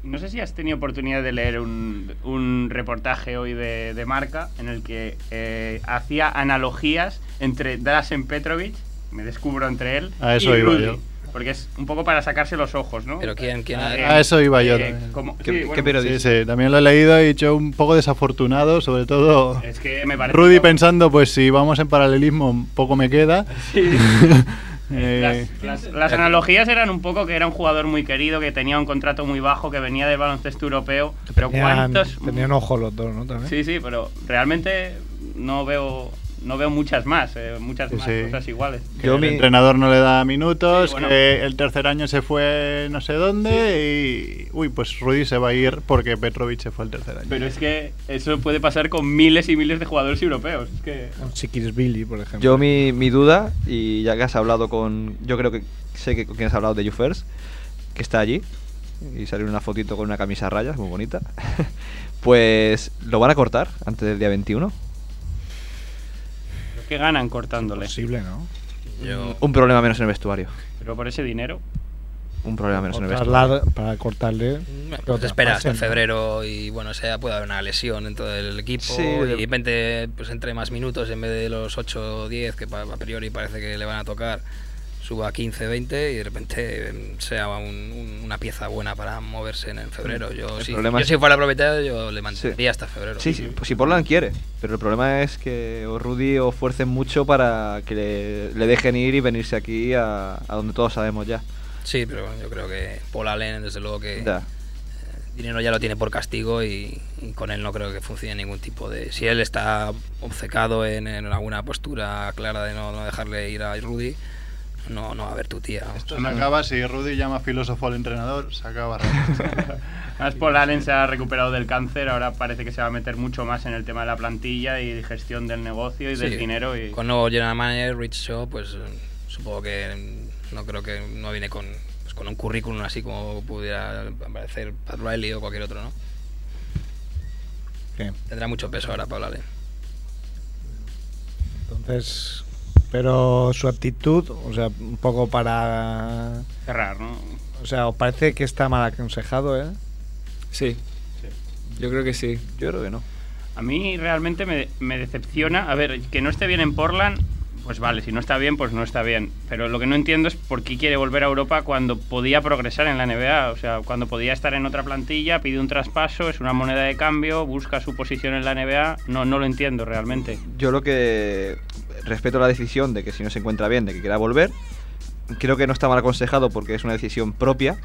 No sé si has tenido oportunidad de leer un, un reportaje hoy de, de Marca en el que eh, hacía analogías entre Drasen Petrovic, me descubro entre él, A eso y iba Rudy, yo. Porque es un poco para sacarse los ojos, ¿no? pero ¿quién, quién Ah, ha- eh, A eso iba yo. Eh, también. como- ¿Qué- sí, qué bueno, periodista? Sí, sí, también lo he leído y yo un poco desafortunado, sobre todo Es que me parece. Rudy pensando, pues si vamos en paralelismo, poco me queda. Sí. Eh, Las, las- las analogías eran un poco que era un jugador muy querido, que tenía un contrato muy bajo, que venía del baloncesto europeo. Pero cuántos. Tenían ojo los dos, ¿no? También. Sí, sí, pero realmente no veo no veo muchas más, eh, muchas Sí, más sí. cosas iguales. que Yo el mi- entrenador no le da minutos, Sí, bueno. que el tercer año se fue no sé dónde y... Uy, pues Rudy se va a ir porque Petrovic se fue el tercer año. Pero es que eso puede pasar con miles y miles de jugadores europeos. Es que Con Billy, por ejemplo. Yo mi, mi duda, y ya que has hablado con... Yo creo que sé que con quién has hablado de You First, que está allí, y salió una fotito con una camisa a rayas, muy bonita. pues lo van a cortar antes del día 21. ¿qué ganan cortándole? Posible, ¿no? yo- Un problema menos en el vestuario. Pero por ese dinero. Un problema menos en el vestuario. Cortarla- para cortarle. Bueno, Pero te esperas traspasen, Mm, pues hasta ¿no? febrero y bueno, o sea, puede haber una lesión en todo el equipo Sí, y de- de repente pues entre más minutos en vez de los 8 o 10 que pa- a priori parece que le van a tocar, suba a 15, 20 y de repente em, sea un- un- una pieza buena para moverse en el febrero. Yo, Mm. El si, problema yo es- si fuera propietario yo le mantendría hasta febrero. Sí, sí, pues si Portland quiere, pero el problema es que o Rudy o fuercen mucho para que le, le dejen ir y venirse aquí a, a donde todos sabemos ya. Sí, pero bueno, yo creo que Paul Allen desde luego que eh, Ya. dinero ya lo tiene por castigo y, y con él no creo que funcione ningún tipo de... Si él está obcecado en, en alguna postura clara de no, no dejarle ir a Rudy, no, no va a ver tu tía. vamos. Esto se acaba si Rudy llama filósofo al entrenador, se acaba. rápido. Además, Paul Allen se ha recuperado del cáncer, ahora parece que se va a meter mucho más en el tema de la plantilla y gestión del negocio y del Sí, dinero. Y... Con nuevo general manager, Rich Shaw, pues eh, supongo que mm, no creo que no viene con, pues, con un currículum así como pudiera aparecer Pat Riley o cualquier otro, ¿no? Sí. Tendrá mucho peso ahora Paul Allen. Entonces. Pero su actitud, o sea, un poco para. Cerrar, ¿no? O sea, ¿os parece que está mal aconsejado, eh? Sí. Yo creo que sí. Yo creo que no. A mí realmente me, me decepciona. A ver, que no esté bien en Portland, pues vale, si no está bien, pues no está bien. Pero lo que no entiendo es por qué quiere volver a Europa cuando podía progresar en la NBA. O sea, cuando podía estar en otra plantilla, pide un traspaso, es una moneda de cambio, busca su posición en la NBA. No, no lo entiendo realmente. Yo lo que respeto la decisión de que si no se encuentra bien, de que quiera volver, creo que no está mal aconsejado porque es una decisión propia.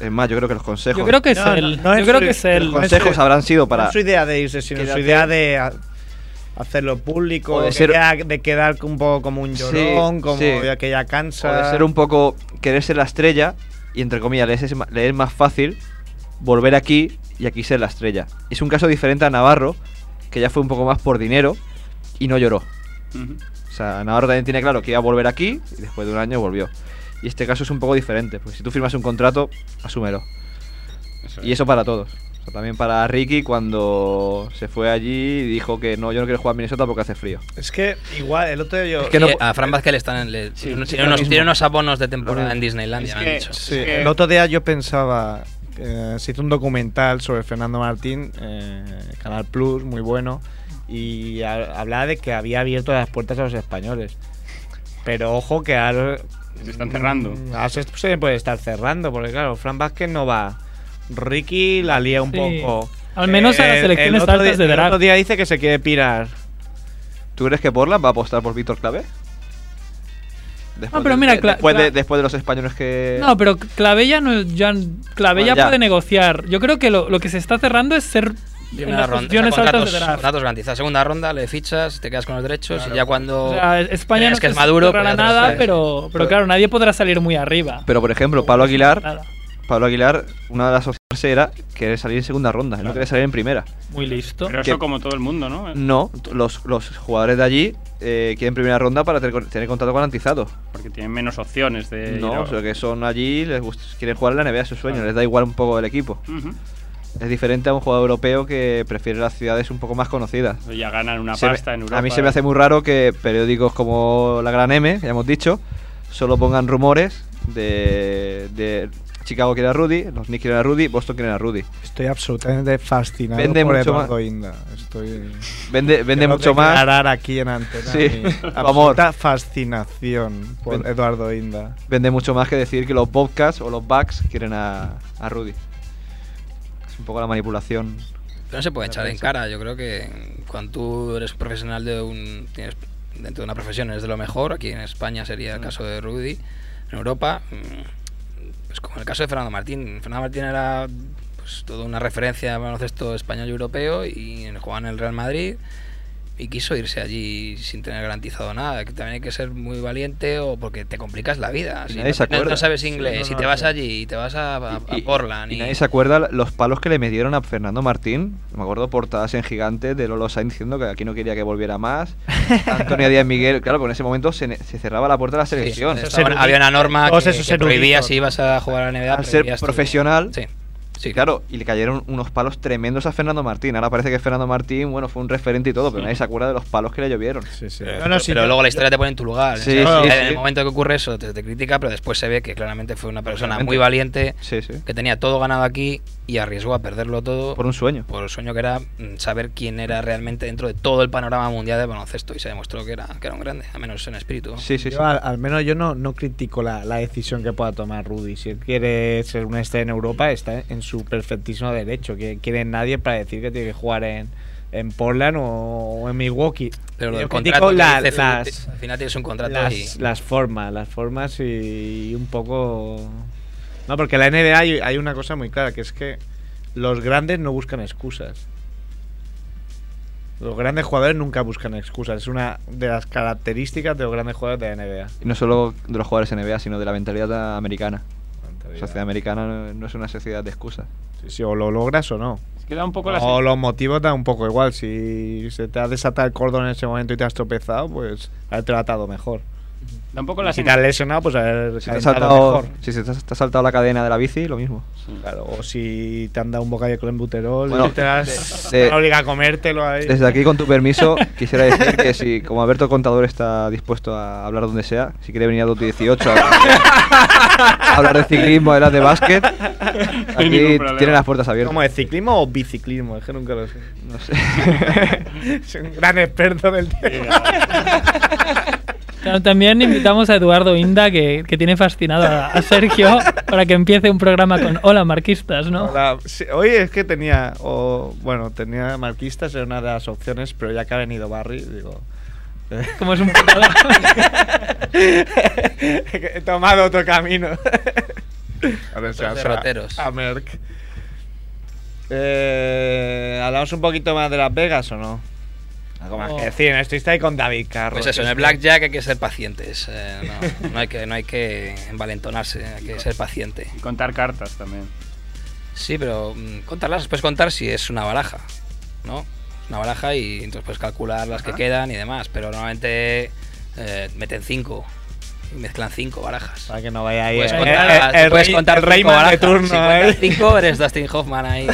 Es más, yo creo que los consejos, Yo creo que es No, él. no, no Yo es creo su- que es el él. los consejos Eso- habrán sido No para... es su idea de irse, sino su Quédate. idea de ha- hacerlo público, O de de, ser- quedar, de quedar un poco como un Sí, llorón, como sí. ya que ya o cansa. de ser un poco... Querer ser la estrella y, entre comillas, le es, le es más fácil volver aquí y aquí ser la estrella. Es un caso diferente a Navarro, que ya fue un poco más por dinero y no lloró. Ujú. O sea, Navarro también tiene claro que iba a volver aquí y después de un año volvió. Y este caso es un poco diferente, porque si tú firmas un contrato, asúmelo. Y eso para todos. O sea, también para Ricky cuando se fue allí y dijo que no, yo no quiero jugar a Minnesota porque hace frío. Es que igual, el otro día yo. Es que no- Eh, a Fran Vázquez le están le- Sí, tiene, sí, lo unos, mismo. tiene unos abonos de temporada en Disneylandia, Es me han que- dicho. Sí, Es que- el otro día yo pensaba. eh, se hizo un documental sobre Fernando Martín, eh, Canal Plus, muy bueno, y ha- hablaba de que había abierto las puertas a los españoles. Pero ojo que ahora. Se están cerrando. Mm, Ahora se, se puede estar cerrando, porque claro, Fran Vázquez no va. Ricky la lía un Sí. poco. Eh, Al menos a las El- elecciones el otro altas día- de El otro draft. día dice que se quiere pirar. ¿Tú crees que Portland va a apostar por Víctor Clavé? Después Ah, pero de- mira, de- Cla- después, de, Cla- después de los españoles que... No, pero Clavella no ya, Clavella Bueno, ya. puede negociar. Yo creo que lo, lo que se está cerrando es ser en Primera las ronda, o sea, posiciones altas contratos, de draft. contratos garantizados. Segunda ronda, le fichas, te quedas con los derechos y ya cuando. O sea, España creas no que es se maduro. cerrará pues ya te los nada, traes. pero, pero claro, nadie podrá salir muy arriba. Pero por ejemplo, Pablo Aguilar Nada. Pablo Aguilar, una de las opciones era querer salir en segunda ronda, no querer salir en primera. Muy listo. Pero Que- eso como todo el mundo, ¿no? No, los, los jugadores de allí eh, quieren primera ronda para tener, tener contrato garantizado. Porque tienen menos opciones de... ir no, a- o sea, que son allí, les gust- quieren jugar en la NBA, es su sueño, les da igual un poco el equipo. Ujú. Es diferente a un jugador europeo que prefiere las ciudades un poco más conocidas. Eso Ya ganan una Se me- pasta en Europa. A mí se me hace muy raro que periódicos como La Gran M, que ya hemos dicho, solo pongan rumores de, de Chicago quiere a Rudy, los Knicks quieren a Rudy, Boston quieren a Rudy. Estoy absolutamente fascinado Vende por mucho Eduardo más. Inda. Estoy. Vende, vende Quiero mucho más. declarar aquí en antena. Sí, mi por favor. absoluta fascinación por Ven- Eduardo Inda. Vende mucho más que decir que los Bobcats o los Bucks quieren a, a Rudy. Es un poco la manipulación. Pero no se puede echar en cara. Yo creo que cuando tú eres un profesional de un. Tienes, dentro de una profesión eres de lo mejor. Aquí en España sería el caso de Rudy. En Europa, mm, pues como el caso de Fernando Martín. Fernando Martín era pues, toda una referencia al baloncesto español y europeo y jugaba en el Real Madrid. Y quiso irse allí sin tener garantizado nada. Que también hay que ser muy valiente o porque te complicas la vida. Y Si nadie no, se tienes- no acuerda. sabes Sí, inglés, no, si no, te vas sí. allí y te vas a, a- a Y- y- Portland. Y, y- nadie se acuerda los palos que le metieron a Fernando Martín. Me acuerdo portadas en gigante de Lolo Sainz diciendo que aquí no quería que volviera más. Antonia Díaz Miguel, claro, porque en ese momento se, ne- se cerraba la puerta de la Sí, selección. estaba- se erudito. había una norma Todos que, esos que prohibía eruditos. si ibas a jugar a la NBA. Al ser prohibías tu- profesional. Sí. Sí, claro, y le cayeron unos palos tremendos a Fernando Martín. Ahora parece que Fernando Martín, bueno, fue un referente y todo, pero nadie se acuerda de los palos que le llovieron. Sí, sí. No, Pero, no, sí, pero yo- luego la historia te pone en tu lugar. Sí, O sea, sí, en sí. el momento que ocurre eso te, te critica, pero después se ve que claramente fue una persona Claramente. muy valiente, Sí, sí. que tenía todo ganado aquí y arriesgó a perderlo todo Por un sueño. por el sueño que era mm, saber quién era realmente dentro de todo el panorama mundial del baloncesto. Y se demostró que era, que era un grande, a menos en espíritu. Sí, sí, sí. Yo, al, al menos yo no, no critico la, la decisión que pueda tomar Rudy. Si él quiere ser una estrella en Europa, está en su perfectísimo derecho. Que quiere nadie para decir que tiene que jugar en, en Portland o, o en Milwaukee. Pero lo yo del critico contrato, que la- dices, las, al final tienes un contrato las, y... las formas, las formas y, y un poco... No, porque en la NBA hay, hay una cosa muy clara, que es que los grandes no buscan excusas. Los grandes jugadores nunca buscan excusas. Es una de las características de los grandes jugadores de la NBA. Y no solo de los jugadores NBA, sino de la mentalidad americana. La sociedad americana no- no es una sociedad de excusas. Sí, sí, o lo logras o no. Es que da un poco la O los motivos dan un poco igual. Si se te ha desatado el cordón en ese momento y te has tropezado, pues haber tratado mejor. Da un poco Y la Si te has lesionado, pues haber Si te, has calentado saltado, mejor. si se te has- te has saltado la cadena de la bici, lo mismo. Claro, o si te han dado un bocadillo con embuterol Bueno, y te has de- te han obligado a comértelo ahí. Desde aquí, con tu permiso, quisiera decir que si, como Alberto Contador está dispuesto a hablar donde sea, si quiere venir a 2018 a, a hablar de ciclismo, a hablar de básquet, aquí ningún problema. tiene las puertas abiertas. ¿Cómo es ciclismo o biciclismo? Es que nunca lo sé. No sé. Soy un gran experto del tema. Claro, También invitamos a Eduardo Inda, que, que tiene fascinado a, a Sergio, para que empiece un programa con Hola Marquistas, ¿no? Hola. Sí, hoy es que tenía, o, bueno, tenía marquistas, era una de las opciones, pero ya que ha venido Barry, digo. Como es un pecado. He tomado otro camino. a ver, Los derroteros. A, Merck. Eh, ¿Hablamos un poquito más de Las Vegas o no? Algo más Oh. que decir, estuviste ahí con David Carro. Pues eso, en el Blackjack hay que ser pacientes. eh, no, no hay que, no hay que envalentonarse, hay que ser paciente. Y contar cartas también. Sí, pero mm, contarlas, las puedes contar si es una baraja, ¿no? Una baraja y entonces puedes calcular las que quedan y demás, pero normalmente eh, meten cinco, y mezclan cinco barajas. Para que no vaya ahí. Puedes eh, contar, eh, las- el puedes rey- contar el rey cinco más de barajas. turno. si cuentas eh. cinco, eres Dustin Hoffman ahí.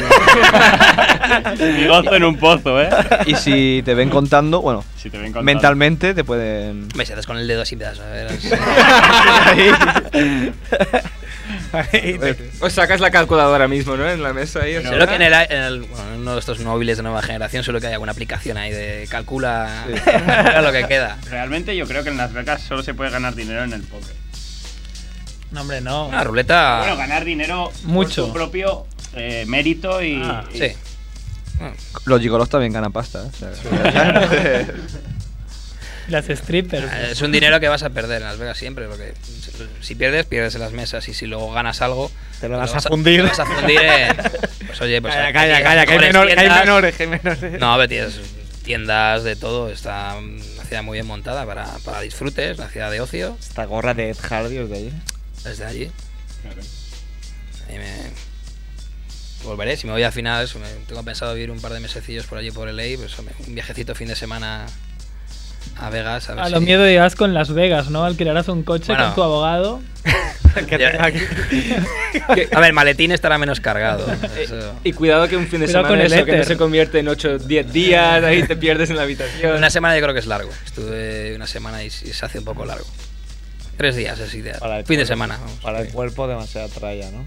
Y gozo en un pozo, ¿eh? Y si te ven contando, bueno, Si te ven contando. mentalmente te pueden. Me sientas con el dedo así, me das, a ver, Ahí te- Os sacas la calculadora mismo, ¿no? En la mesa ahí. o sea. Seguro que en, el, en el- bueno, en uno de estos móviles de nueva generación solo que hay alguna aplicación ahí de calcula calcula lo que queda. Realmente yo creo que en Las Vegas solo se puede ganar dinero en el póker. No, hombre, no. Una ruleta... Bueno, ganar dinero Mucho. por tu propio eh, mérito y, Ah, y- Sí. Los gigolos también ganan pasta. ¿eh? O sea, Las strippers. Eh, Es un dinero que vas a perder en Las Vegas siempre. Porque si pierdes, pierdes en las mesas. Y si luego ganas algo. Te lo vas vas a fundir. Te lo vas a fundir en. Pues oye, pues. Calla, aquí calla, hay calla, que hay, mejores menor- que hay tiendas. menores, que hay menores. No, pero tienes tiendas de todo. Está mm, una ciudad muy bien montada para, para disfrutes, una ciudad de ocio. Esta gorra de Ed Hardy es de ahí. Desde allí. Y me- Volveré, si me voy a finales, me- tengo pensado vivir un par de mesecillos por allí por LA, pues hombre, un viajecito fin de semana a Vegas. A, ver Ah, A si- lo miedo y asco en Las Vegas, ¿no? Alquilarás un coche Bueno. con tu abogado. Ya- a ver, maletín estará menos cargado. Eh, eso. Y cuidado que un fin de Cuidado semana con el eso, que no éter. se convierte en 8 10 días, ahí te pierdes en la habitación. Una semana yo creo que es largo. Estuve una semana y, s- y se hace un poco largo. Tres días es ideal. Para el Fin de cuerpo. semana. vamos. Para el cuerpo, demasiada tralla, ¿no?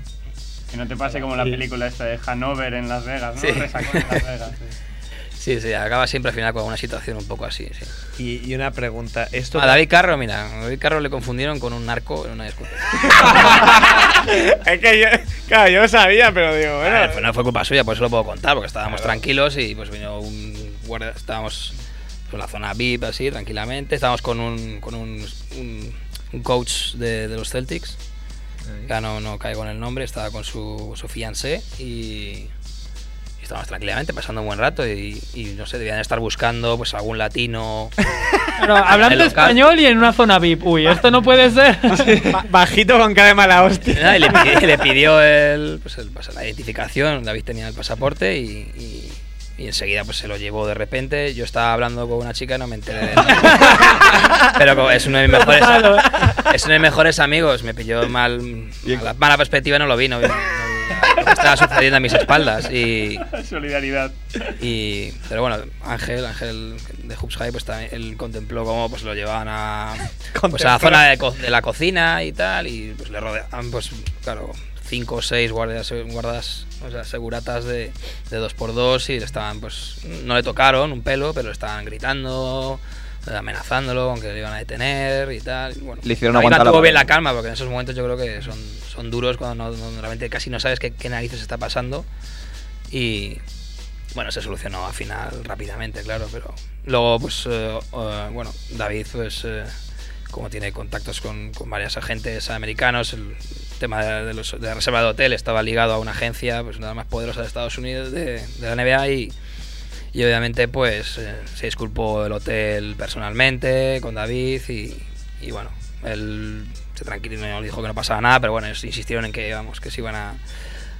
Que no te pase como la película esta de Hanover en Las Vegas, ¿no? Sí. Resacón en Las Vegas. sí. Sí, sí, acaba siempre al final con una situación un poco así. sí. Y, y una pregunta. Esto A Ah, David Carro, mira, a David Carro le confundieron con un narco en una discoteca. es que yo, claro, yo lo sabía, pero digo, A ver, bueno. pues no fue culpa suya, por eso lo puedo contar, porque estábamos tranquilos y pues vino un guardia, estábamos pues, en la zona VIP así, tranquilamente, estábamos con un, con un, un- un coach de, de los Celtics, ya no, no caigo en el nombre, estaba con su, su fiancé y, y estábamos tranquilamente pasando un buen rato y, y, no sé, debían estar buscando pues algún latino. Pero hablando El local. español y en una zona VIP. Uy, esto no puede ser. ba- Bajito con cara de mala hostia. Nada, y le, pidi- le pidió el, pues, el pas- la identificación, David tenía el pasaporte y, y- y enseguida pues se lo llevó de repente. Yo estaba hablando con una chica y no me enteré de nada. Pero como es uno de mis mejores, es uno de mis mejores amigos, me pilló mal, a la mala perspectiva no lo vi, no vi, no vi lo que estaba sucediendo a mis espaldas. Y, Solidaridad. y- pero bueno, Ángel, Ángel de Hoops High, pues también, él contempló cómo pues lo llevaban a, pues, a la Contempló. zona de, co- de la cocina y tal, y pues le rodeaban, pues claro, cinco o seis guardias, guardas, o sea, seguratas de, de dos por dos y le estaban, pues, no le tocaron un pelo, pero le estaban gritando, amenazándolo con que le iban a detener y tal. y bueno, Le hicieron David aguantar la mantuvo bien vara. la calma, porque en esos momentos yo creo que son, son duros cuando no- no- realmente casi no sabes qué, qué narices está pasando y bueno, se solucionó al final rápidamente, claro, pero luego, pues, eh, eh, bueno, David, pues, eh, como tiene contactos con, con varios agentes americanos, el tema de, de los- de la reserva de hotel estaba ligado a una agencia, pues, una de las más poderosas de Estados Unidos, de, de la NBA, y, y obviamente, pues, eh, se disculpó el hotel personalmente con David y, y, bueno, él se tranquilizó, dijo que no pasaba nada, pero bueno, ellos insistieron en que, vamos, que se iban a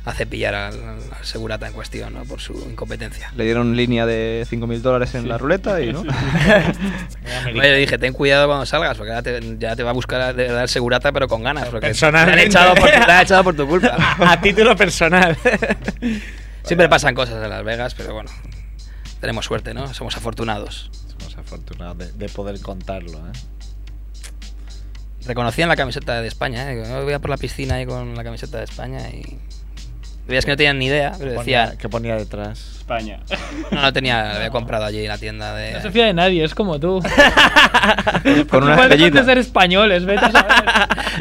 a cepillar al, al segurata en cuestión ¿no? por su incompetencia. Le dieron línea de 5.000 dólares en la ruleta y no. Bueno, yo dije, ten cuidado cuando salgas, porque ahora te, ya te va a buscar de verdad el segurata, pero con ganas. Porque te han Personalmente. echado por, tu- te han echado por tu culpa. A título personal. Siempre pasan cosas en Las Vegas, pero bueno, tenemos suerte, ¿no? Somos afortunados. Somos afortunados de, de poder contarlo, ¿eh? Reconocían la camiseta de España, ¿eh? Yo voy a por la piscina ahí con la camiseta de España y... Veías que no tenían ni idea, pero decía... Ponía- ¿Qué ponía detrás? España. No, no tenía, la había comprado allí en la tienda No se de... fía de nadie, es como tú. Con una Igual dejan estrellita. de ser españoles, vete a saber.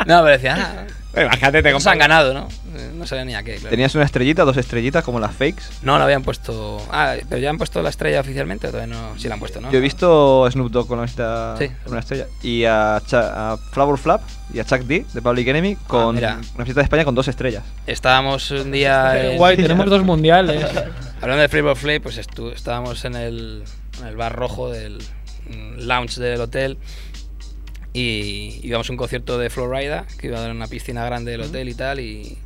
No, pero decía, ah, Eh, Imagínate, te nos han compras. ganado, ¿no? Eh, No sabía ni a qué, claro. Tenías una estrellita, dos estrellitas como las fakes. No, la habían puesto. Ah, pero ya han puesto la estrella oficialmente o todavía no. Sí, la han puesto, ¿no? Yo he visto Snoop Dogg con esta, Sí. con una estrella. Y a, Cha- a Flavor Flap y a Chuck D de Public Enemy con mira. una fiesta de España con dos estrellas. Estábamos un día. en- Guay, tenemos dos mundiales. Hablando de Flavor Flay, pues estu- estábamos en el, en el bar rojo del mm, lounge del hotel y íbamos a un concierto de Florida que iba a dar en una piscina grande del hotel y tal y,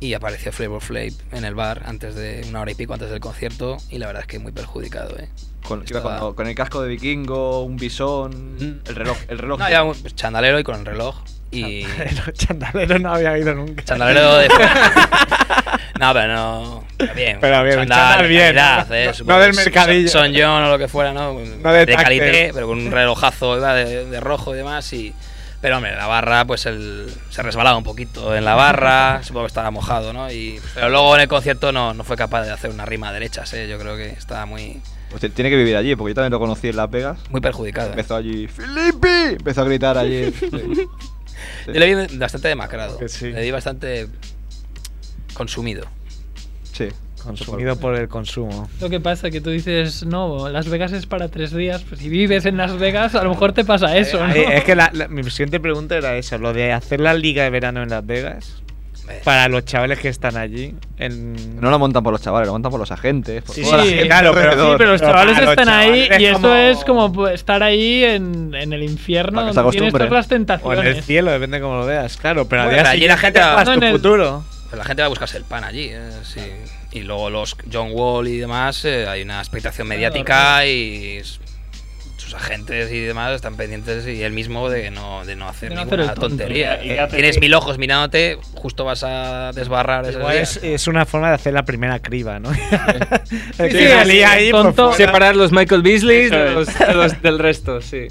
y apareció Flavor Flay en el bar antes de una hora y pico antes del concierto y la verdad es que muy perjudicado, ¿eh? Con, iba Estaba- con- con el casco de vikingo, un Mm. bisón, el reloj. El reloj. Ah. No, llevaba un pues, chandalero y con el reloj y... Los chandaleros no había ido nunca. Chandalero de. no, pero no. pero Bien. Pero bien, un chandal de bien, calidad, ¿no? eh, No supongo del que es- mercadillo. Son John o lo que fuera, ¿no? No de Tactel. calité, pero con un relojazo iba de, de rojo y demás. y Pero hombre, la barra, pues el, se resbalaba un poquito en la barra. supongo que estaba mojado, ¿no? Y, pero luego en el concierto no, no fue capaz de hacer una rima derecha, ¿eh? Yo creo que estaba muy, Usted Pues tiene que vivir allí, porque yo también lo conocí en Las Vegas. muy perjudicado. Este. ¿eh? Empezó allí, ¡Filipe! Empezó a gritar allí. Sí. Yo le vi bastante demacrado. Que Este sí. Le vi bastante consumido. Sí. Consumido por el consumo. Lo que pasa que tú dices, no, Las Vegas es para tres días. Pues si vives en Las Vegas, a lo mejor te pasa eso, ¿no? Eh, es que la- la- mi siguiente pregunta era esa, lo de hacer la liga de verano en Las Vegas Eh, para los chavales que están allí. En... No lo montan por los chavales, lo montan por los agentes. por Sí, toda la sí, gente claro, pero- alrededor. Sí, pero los Pero chavales claro, están ahí chavales, y eso como- es como pues, estar ahí en, en el infierno Para que se donde tienes acostumbren. todas las O en el tentaciones. cielo, depende cómo lo veas, claro. Pero al Bueno, día allí la siguiente gente va- juegas No, en tu el- futuro. Pero Pues la gente va a buscarse el pan allí. eh, sí. Y luego los John Wall y demás, eh, hay una expectación mediática y s- sus agentes y demás están pendientes y él mismo de no, de no hacer De no hacer ninguna el tonto. tontería. Eh, ¿Y qué hace? Tienes mil ojos mirándote, justo vas a desbarrar esos Igual días. es, eh, es una forma de hacer la primera criba, ¿no? Sí, sí, sí, salí es ahí, tonto. por fuera. Separar los Michael Beasley Eso de es. los- de los- del resto, sí.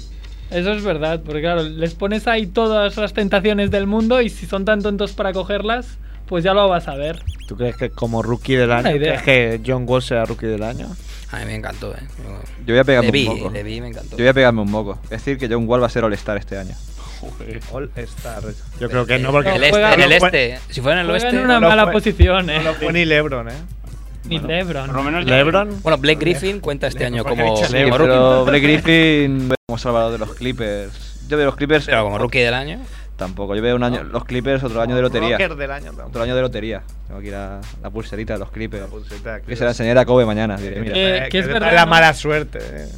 Eso es verdad, porque claro, les pones ahí todas las tentaciones del mundo y si son tan tontos para cogerlas, pues ya lo vas a ver. ¿Tú crees que como rookie del año, Buena idea. crees que John Wall será rookie del año? A mí me encantó, eh. Yo- Yo voy a pegarme Le vi, un moco. le vi, me Yo encantó. voy a pegarme un moco. Es decir, que John Wall va a ser All-Star este año. All Star. Yo creo que no, En porque el este, juega- en el no este. Si fuera en el Juega oeste. en una no mala fue- posición, eh. no lo fue ni LeBron, ¿eh? Ni Lebron. Por lo menos ya- LeBron. Bueno, Blake Griffin cuenta este pues, año como, Sí, como pero rookie. Blake Griffin veo como salvador de los Clippers. Yo veo los Clippers Pero como rookie del año. tampoco. Yo veo un año los Clippers otro año de lotería. Rocker del año tampoco. Otro año de lotería. Tengo aquí la, la pulserita de los Clippers. Pulseta, Que se la enseñaré a Kobe mañana. Diré, mira. Eh, Eh, que es le verdad, trae la ¿no? mala suerte. eh.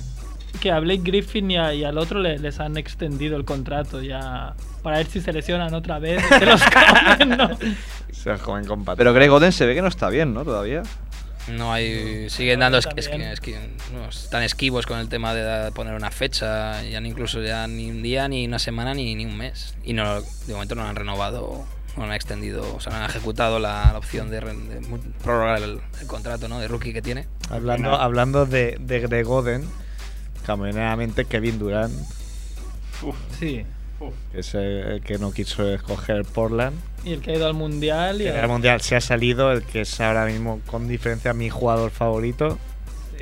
Que a Blake Griffin y, a- y al otro le- les han extendido el contrato ya para ver si se lesionan otra vez. y Se los cambian, ¿no? Se la joven compadre. Pero Greg Oden se ve que no está bien, ¿no? Todavía. No hay. Siguen dando. Es, es- También. es que no, están esquivos con el tema de da- poner una fecha. Ya ni incluso ya ni un día, ni una semana, ni, ni un mes. Y no, de momento no han renovado, no han extendido, o sea, no han ejecutado la, la opción de, re- de mu- prorrogar el, el contrato ¿no? de rookie que tiene. Hablando, Bueno. hablando de, de Greg Oden, caminadamente Kevin Durant, Uf, Sí. que es el que no quiso escoger Portland, Y el que ha ido al mundial. Y que en el Mundial se ha salido, el que es ahora mismo con diferencia mi jugador favorito.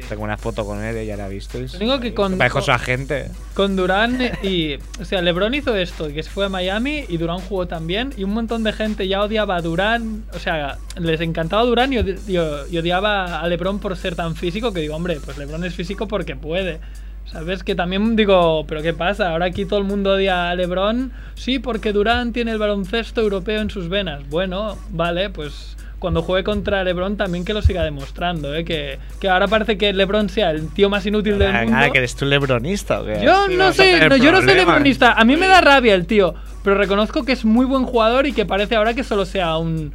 Tengo una foto con él, ya la visteis. Lo único que Ahí, con- Parejo su agente. Con Durán y. O sea, LeBron hizo esto, que se fue a Miami y Durán jugó también. Y un montón de gente ya odiaba a Durán. O sea, les encantaba Durán y, odi- y o- y odiaba a LeBron por ser tan físico. Que digo, hombre, pues LeBron es físico porque puede. ¿Sabes? Que también digo, ¿pero qué pasa? Ahora aquí todo el mundo odia a LeBron. Sí, porque Durán tiene el baloncesto europeo en sus venas. Bueno, vale, pues. Cuando juegue contra LeBron también que lo siga demostrando, ¿eh? que, que ahora parece que LeBron sea el tío más inútil del mundo. Ah, que eres tú lebronista o qué? Yo no vas a sé, tener no, yo no soy problemas. lebronista. A mí me da rabia el tío, pero reconozco que es muy buen jugador y que parece ahora que solo sea un,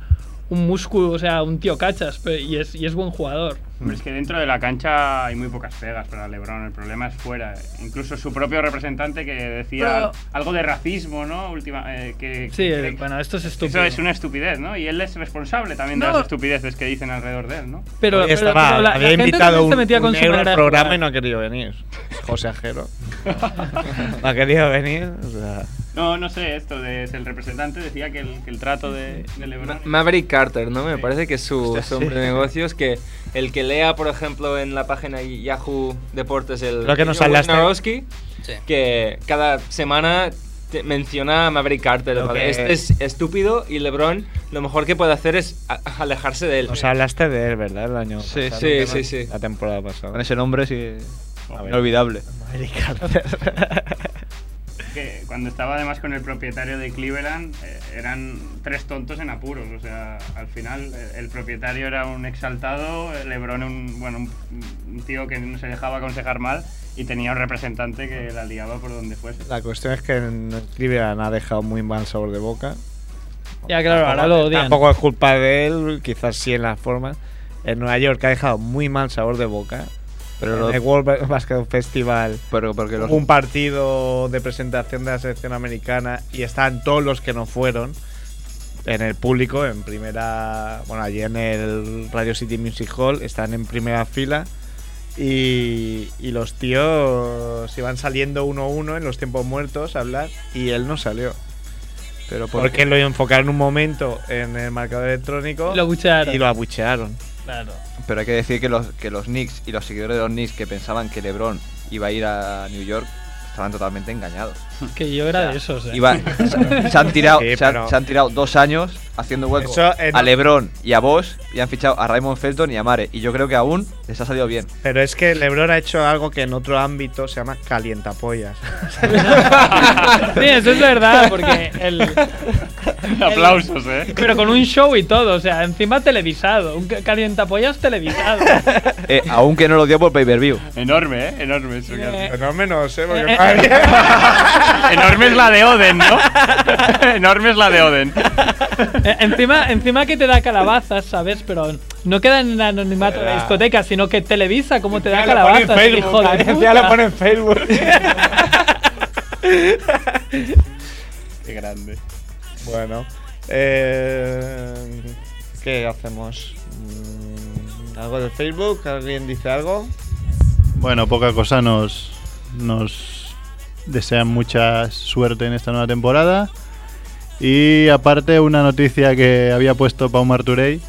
un músculo, o sea, un tío cachas, pe- y es, y es buen jugador. Hombre, es que dentro de la cancha hay muy pocas pegas para LeBron. El problema es fuera. Incluso su propio representante que decía Pero- algo de racismo, ¿no? Última, eh, que, Sí, que- eh, bueno, esto es eso estúpido. es una estupidez, ¿no? Y él es responsable también de No. las estupideces que dicen alrededor de él, ¿no? Pero, Oye, pero- estaba- pero la, la había gente invitado también un, se metía con un su negro manera al de programa jugar. y no ha querido venir. José Ajero. no ha querido venir. o sea. No, no sé, esto de, del representante decía que el, que el trato de, de LeBron. Ma- Maverick Carter, ¿no? Me parece que su, su hombre de negocios, que el que lea, por ejemplo, en la página Yahoo Deportes el Lo que nos el hablaste. Wojnarowski, Sí. que cada semana te- menciona a Maverick Carter. Lo ¿vale? que- Este es estúpido y LeBron lo mejor que puede hacer es a- alejarse de él. Nos hablaste de él, ¿verdad? El año Sí, pasado, sí, ¿no? sí, sí. La temporada pasada. Con ese nombre sí. A ver. Inolvidable. que cuando estaba además con el propietario de Cleveland eh, eran tres tontos en apuros o sea al final eh, el propietario era un exaltado eh, LeBron un bueno un, un tío que no se dejaba aconsejar mal y tenía un representante que la liaba por donde fuese La cuestión es que en Cleveland ha dejado muy mal sabor de boca. Ya, claro, ahora lo odian. Tampoco es culpa de él, quizás sí en las formas. En Nueva York ha dejado muy mal sabor de boca. Pero en el lo- World Basket Festival pero porque los, hubo un partido de presentación de la selección americana y estaban todos los que no fueron en el público, en primera. Bueno, allí en el Radio City Music Hall están en primera fila. Y, y los tíos iban saliendo uno a uno en los tiempos muertos a hablar y él no salió. pero por- Porque lo enfocaron un momento en el marcador electrónico Y lo abuchearon. y lo abuchearon. Claro. Pero hay que decir que los, que los Knicks y los seguidores de los Knicks que pensaban que LeBron iba a ir a New York estaban totalmente engañados. Que yo era de esos, eh. Iba- se, se han tirado, Sí, se, han, pero- se han tirado dos años haciendo hueco Eso, eh, a no- LeBron y a Vos y han fichado a Raymond Felton y a Mare. Y yo creo que aún Les ha salido bien. Pero es que LeBron ha hecho algo que en otro ámbito se llama calientapollas. Sí, eso es verdad, porque el. Aplausos, ¿eh? Pero con un show y todo, o sea, encima televisado, un ca- calientapollas televisado. Eh, aunque no lo dio por pay-per-view. Enorme, ¿eh? Enorme. eso que hace. Eh, Pero no menos, ¿eh? Porque Eh, Enorme es la de Oden, ¿no? Enorme es la de Oden. eh, encima, encima que te da calabazas, ¿sabes? Pero no queda en el anonimato de la discoteca, sino que televisa cómo te da calabazas, hijo de puta. en Facebook. Qué grande. bueno. eh, ¿Qué hacemos? Mm, ¿Algo de Facebook? ¿Alguien dice algo? Bueno, poca cosa nos, nos desean mucha suerte en esta nueva temporada. Y aparte una noticia que había puesto Pau Marturey,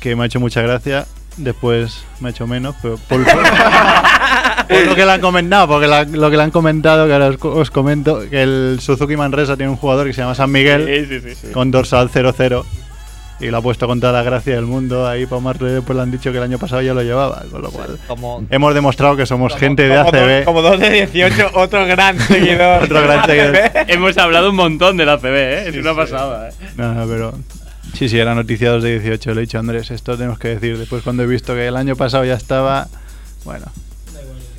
que me ha hecho mucha gracia. Después me ha hecho menos, pero por, por- por lo que le han comentado, porque la- lo que le han comentado, que ahora os, co- os comento, que el Suzuki Manresa tiene un jugador que se llama San Miguel Sí, sí, sí. con dorsal 0-0. Y lo ha puesto con toda la gracia del mundo. Ahí Pau Marturey después le han dicho que el año pasado ya lo llevaba, con lo cual... Como, Hemos demostrado que somos gente de ACB. como dos de 18, otro gran seguidor. Otro gran seguidor. Hemos hablado un montón de la CB, ¿eh? Es una pasada, ¿eh? No, no, pero. Sí, sí, era noticia 2 de 18. Le he dicho Andrés, esto tenemos que decir. Después, cuando he visto que el año pasado ya estaba. Bueno,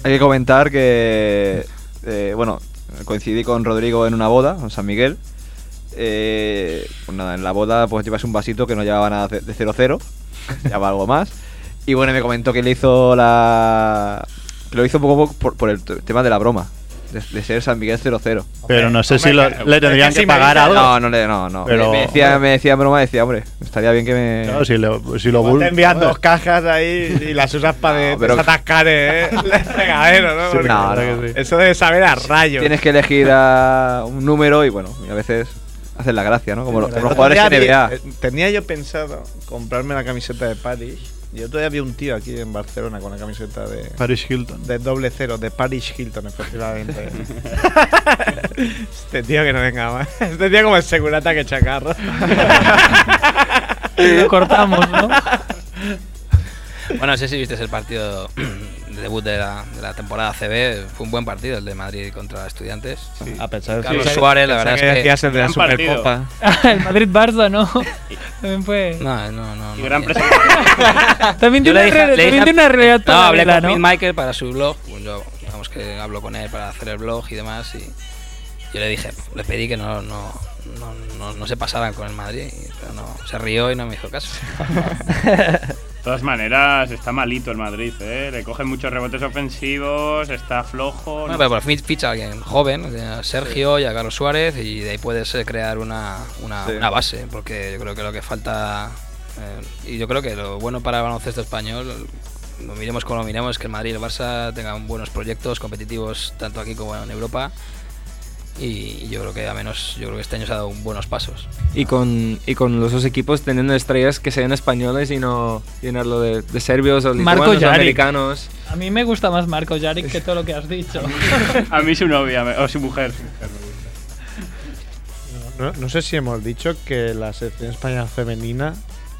Hay que comentar que, eh, bueno, coincidí con Rodrigo en una boda, en San Miguel. Eh, pues nada, en la boda pues llevas un vasito que no llevaba nada de 0-0, llevaba algo más. Y bueno, me comentó que le hizo la... que lo hizo un poco por, por el t- tema de la broma, de, de ser San Miguel 0-0. pero no sé si lo- le tendrían que si pagar algo. No, no, le- no, no. Pero- Me, me decía, me decía en broma, decía, hombre, estaría bien que me... Claro, si lo, Pues si lo Como bul- Te envían dos cajas ahí y las usas para No, pero- desatascar, ¿eh? El fregadero, ¿no? Sí, Porque no, claro que sí. Eso de saber a rayos. Tienes que elegir a un número y bueno, y a veces hacen la gracia, ¿no? Como, los- como los jugadores de NBA. eh, Tenía yo pensado comprarme la camiseta de Paris. Yo todavía vi un tío aquí en Barcelona con la camiseta de, Paris Hilton. de doble cero, de Paris Hilton, efectivamente. este tío que no venga más. Este tío como el segurata que chacarro. Lo cortamos, ¿no? Bueno, no sé si viste el partido de debut de la, de la temporada CB. Fue un buen partido el de Madrid contra Estudiantes. A pesar de Carlos Suárez, la verdad es que- decías el de la Gran partido. Supercopa. El Madrid Barça, ¿no? También fue. No, no, no. Y no, gran bien. presentación. También Yo tiene, le dije- una re- le dije- también tiene una realidad No, hablé paralela, con ¿no? Pete Michael para su blog. Bueno, yo, digamos que hablo con él para hacer el blog y demás. Y yo le dije, le pedí que no, no, no, no- no se pasaran con el Madrid. y- Pero no, se rió y no me hizo caso. De todas maneras, está malito el Madrid, ¿eh? Le cogen muchos rebotes ofensivos, está flojo. Bueno, ¿no? Ah, pero por fin ficha a alguien joven, a Sergio y a Carlos Suárez, y de ahí puedes eh, crear una, una, Sí. una base, porque yo creo que lo que falta. eh, y yo creo que lo bueno para el baloncesto español, lo miremos como lo miremos, es que el Madrid y el Barça tengan buenos proyectos competitivos, tanto aquí como en Europa. Y yo creo que a menos, yo creo que este año se ha dado buenos pasos. Y con, y con los dos equipos teniendo estrellas que sean españoles y no llenarlo de, de serbios o Marco lituanos o Jaric. americanos. A mí me gusta más Marco Yarick que todo lo que has dicho. A mí su novia, me- o su mujer. No, no sé si hemos dicho que la selección española femenina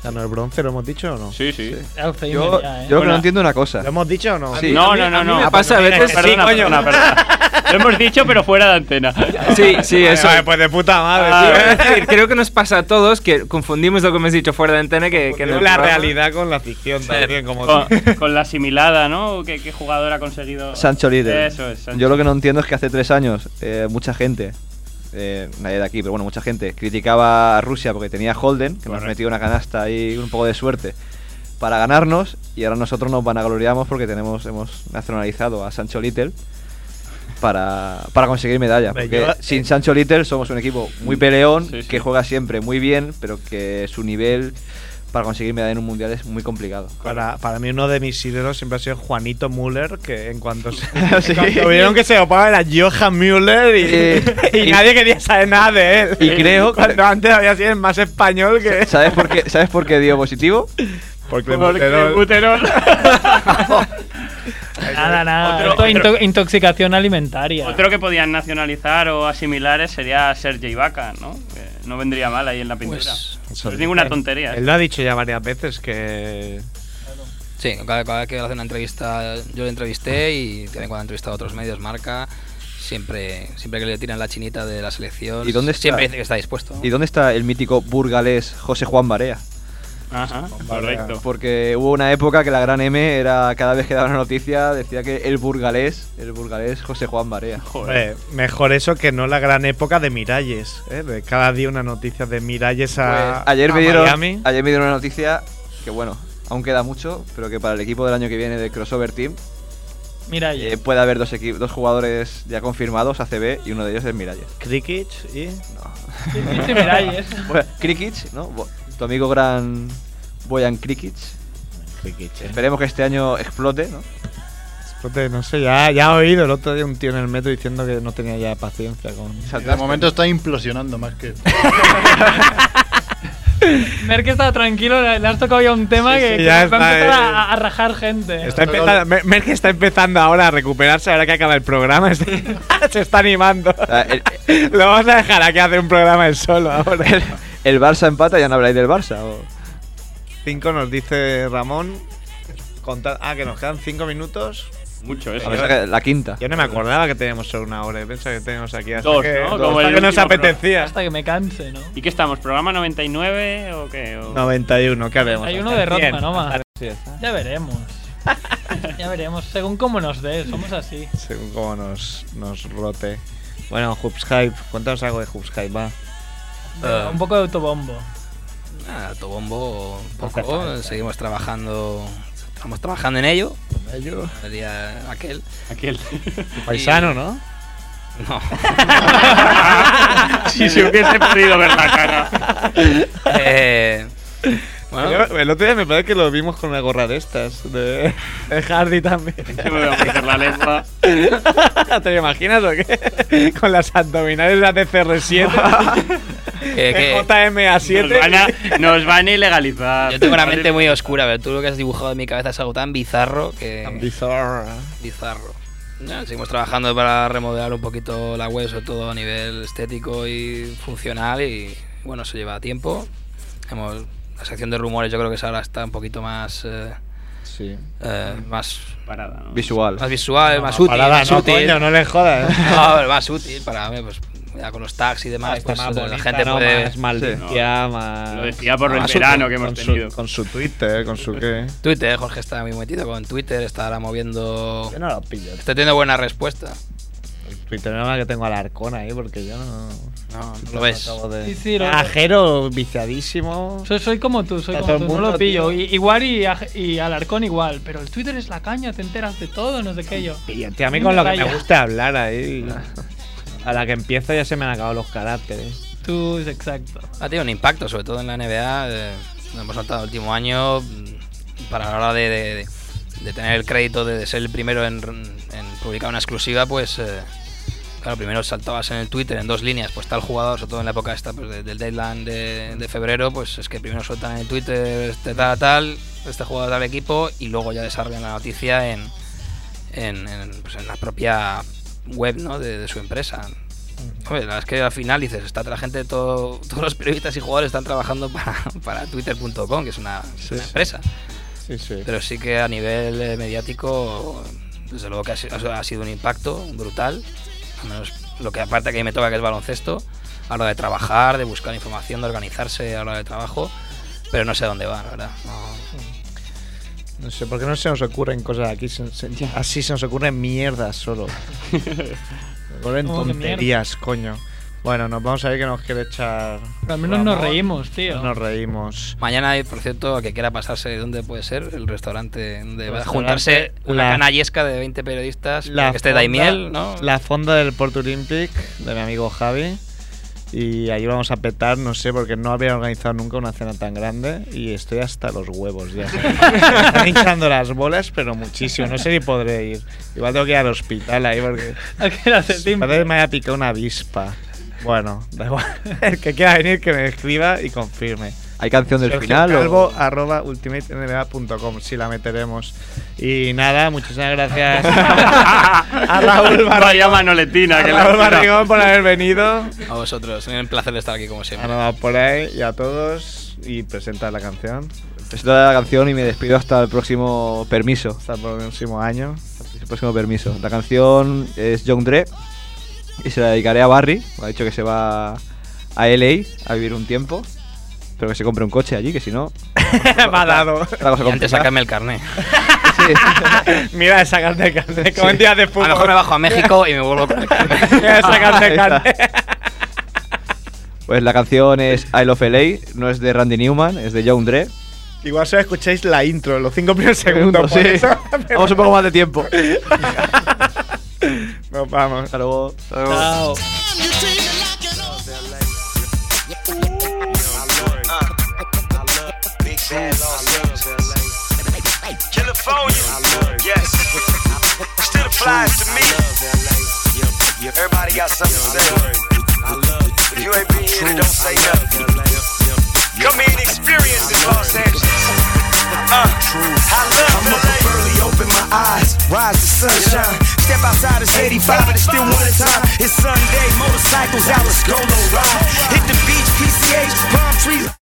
ganó el bronce, ¿lo hemos dicho o no. Sí, sí. Alce y Yo, media, ¿eh? yo lo que Hola. no entiendo una cosa. ¿Lo hemos dicho o no? Sí. No, no, no, a mí no. Ah, pues, me pasa a veces- Perdona, Sí, coño. perdona, perdona. Lo hemos dicho, pero fuera de antena. Sí, sí, Vale, eso. vale, pues de puta madre, Ah, tío. Iba a decir, creo que nos pasa a todos que confundimos lo que me has dicho fuera de antena que, que en la el programa. realidad con la ficción también, como Ah. Con, con la asimilada, ¿no? ¿Qué, qué jugador ha conseguido? Sancho Líder. Eso es, Sancho. Yo lo que no entiendo es que hace tres años eh, mucha gente, eh, nadie de aquí, pero bueno, mucha gente criticaba a Rusia porque tenía Holden, que nos Correcto. metió una canasta y un poco de suerte para ganarnos y ahora nosotros nos vanagloriamos porque tenemos hemos nacionalizado a Sancho Little para, para conseguir medalla. Hombre, Porque yo- sin Sancho Little somos un equipo muy peleón, Sí, sí. que juega siempre muy bien, pero que su nivel para conseguir medalla en un mundial es muy complicado. Para, para mí uno de mis ídolos siempre ha sido Juanito Müller, que en cuanto se Sí. cuando vieron que se opaba era Johan Müller y, Sí. y nadie quería saber nada de él. Y creo- Cuando antes había sido el más español que... ¿Sabes por qué, ¿Sabes por qué dio positivo? Porque Porque Buterol. Nada, nada. Otro- Esto es otro- into- intoxicación alimentaria. Otro que podían nacionalizar o asimilar sería Serge Ibaka, ¿no? Que no vendría mal ahí en la pintura. Pues, ¿eh? no es ninguna tontería. Él lo ha dicho ya varias veces que Sí, cada, cada vez que hace una entrevista, yo le entrevisté y también cuando ha entrevistado a otros medios, marca, siempre, siempre que le tiran la chinita de la selección, ¿Y dónde está? siempre dice que está dispuesto. ¿Y dónde está el mítico burgalés José Juan Barea? Ajá, correcto. Porque hubo una época que la gran M era cada vez que daba una noticia decía que el burgalés, el burgalés José Juan Barea. Joder. Eh, mejor eso que no la gran época de Miralles. ¿eh? De cada día una noticia de Miralles a, Pues, ayer, a me dieron, Miami. ayer me dieron una noticia que bueno, aún queda mucho, pero que para el equipo del año que viene del crossover team Mira, eh, puede haber dos, equi- dos jugadores ya confirmados ACB y uno de ellos es Miralles. Cricket y. dice Miralles. Bueno, Krikic, ¿no? Bo- Tu amigo gran Boyan Krikic. eh. Esperemos que este año explote, ¿no? Espérate, No sé, ya, ya he oído el otro día un tío en el metro diciendo que no tenía ya paciencia con. De momento está implosionando más que. Merck estaba tranquilo, le le has tocado ya un tema Sí, que, sí, que ya va está, a empezar eh. a, a rajar gente. Está empezando, Mer- Merck está empezando ahora a recuperarse, ahora que acaba el programa. se está animando. O sea, el, Lo vamos a dejar aquí a hacer un programa él solo ahora. el Barça empata, ya no habláis del Barça. o- 5 nos dice Ramón. Conta- ah, que nos quedan 5 minutos. Mucho a eso. pesar que la quinta. Pues Yo no me acordaba que teníamos solo una hora. Yo pensaba que teníamos aquí hasta Dos, que, ¿no? hasta Como el que nos último apetecía. Hasta que me canse, ¿no? ¿Y qué estamos? ¿Programa 99 o qué? O- 91, ¿qué haremos? Hay uno Hasta de el 100. Rotman, ¿no? más? Ya veremos. Ya veremos, según cómo nos dé, somos así. Según cómo nos, nos rote. Bueno, Hoops Hype, cuéntanos algo de Hoops Hype, va. Ah. Venga, Un poco de autobombo. Nada, tu bombo poco, seguimos trabajando, estamos trabajando en ello, como diría aquel. Aquel. Paisano, ¿no? No. si se hubiese podido ver la cara. Eh, bueno, Yo- el otro día me parece que lo vimos con una gorra de estas, de, de Hardy también. Se me va a meter la lengua. ¿Te lo imaginas o qué? Con las abdominales de CR7, que- que- Nos van, JMA7. a, nos van a ilegalizar. yo tengo una mente muy oscura, pero tú lo que has dibujado en mi cabeza es algo tan bizarro que... Bizarra. bizarro. Ya, seguimos trabajando para remodelar un poquito la web, sobre todo a nivel estético y funcional. Y bueno, eso lleva tiempo. Hemos, la sección de rumores, yo creo que esa ahora está un poquito más. eh, Sí. Ah, eh, más, Parada, ¿no? Visual. más visual, más útil. Parada, más Mm. no, útil. coño, no le jodas. No, pero más útil para hombre, pues, ya con los tags y demás. Está pues, más la bonita, gente ¿no? puede. Más maldita, más... Lo decía por el Ah, verano súper. que hemos con su, tenido. con su Twitter, con su qué. Twitter, Jorge está muy metido con Twitter, está ahora moviendo. Yo no lo pillo. Está teniendo buena respuesta. El Twitter nada más que tengo al arcón ahí porque yo no... No, no lo ves. acabo de- Sí, sí, lo- Ajero viciadísimo. Soy, soy como tú, soy Está todo como tú, el no mundo, lo pillo. tío. Y- igual y, a- y Alarcón igual, pero el Twitter es la caña, te enteras de todo, no sé qué yo. Pillo, tío, a mí con lo que me Raya. gusta hablar ahí. A la que empiezo ya se me han acabado los caracteres. Tú es exacto. Ha tenido un impacto, sobre todo en la NBA. eh, lo hemos notado el último año mm, para la hora de, de- de- de tener el crédito de, de ser el primero en, en publicar una exclusiva, pues eh, claro, primero saltabas en el Twitter en dos líneas, pues tal jugador, sobre todo en la época esta pues, de- del deadline de, de febrero, pues es que primero sueltan en el Twitter este tal tal, este jugador tal equipo y luego ya desarrollan la noticia en, en, en, pues, en la propia web ¿no? de- de su empresa. Hombre, la verdad es que al final dices, está la gente, todo- todos los periodistas y jugadores están trabajando para, para Twitter.com, que es una, una empresa. Sí, sí. Pero sí que a nivel eh, mediático, desde luego que ha, si- ha- ha sido un impacto brutal. Al menos lo que aparte que a mí me toca, que es baloncesto, a la hora de trabajar, de buscar información, de organizarse a la hora de trabajo. Pero no sé a dónde va, la verdad. No. No sé, ¿por qué no se nos ocurren cosas aquí? Se- se- así se nos ocurren mierdas solo. Se ocurren Oh, qué tonterías, coño. Bueno, nos vamos a ver que nos quiere echar. Pero al menos nos Ramón. reímos, tío. Nos reímos. Mañana hay, por cierto, a que quiera pasarse, ¿dónde puede ser? El restaurante donde va a Restaurante juntarse una La- canallesca de 20 periodistas, que esté este Daimiel, ¿no? La fonda del Porto Olympic, de mi amigo Javi. Y ahí vamos a petar, no sé, porque no había organizado nunca una cena tan grande. Y estoy hasta los huevos ya. Me están hinchando las bolas, pero muchísimo. No sé si podré ir. Igual tengo que ir al hospital ahí porque. ¿A qué hora se limpia? Parece que me haya picado una avispa. Bueno, da igual. El que quiera venir que me escriba y confirme. ¿Hay canción del Sergio final? o- Calvo, arroba ultimatenba.com, si la meteremos. Y nada, muchísimas gracias a Raúl, Bar- Vaya manoletina. a Que Raúl la Barrigón por haber venido, A vosotros, un placer estar aquí como a siempre. Nova por ahí y a todos. Y presentar la canción. Esto era la canción y me despido hasta el próximo permiso. Hasta el próximo año. Hasta el próximo permiso. La canción es John Dre y se la dedicaré a Barry. Me ha dicho que se va a LA a vivir un tiempo. Pero que se compre un coche allí, que si no. Va dado. otra cosa Y antes complicada. sacarme el carnet. Sí. Mira esa carne de carne. Como en días de A fútbol. lo mejor me bajo a México y me vuelvo con el carnet. Mira esa carne Ahí de está. carne. Pues la canción es I Love LA, no es de Randy Newman, es de John Dre. Igual solo escucháis la intro, los cinco primeros segundos. Sí. por eso. Vamos un poco más de tiempo. Nos vamos. Hasta luego. Chao.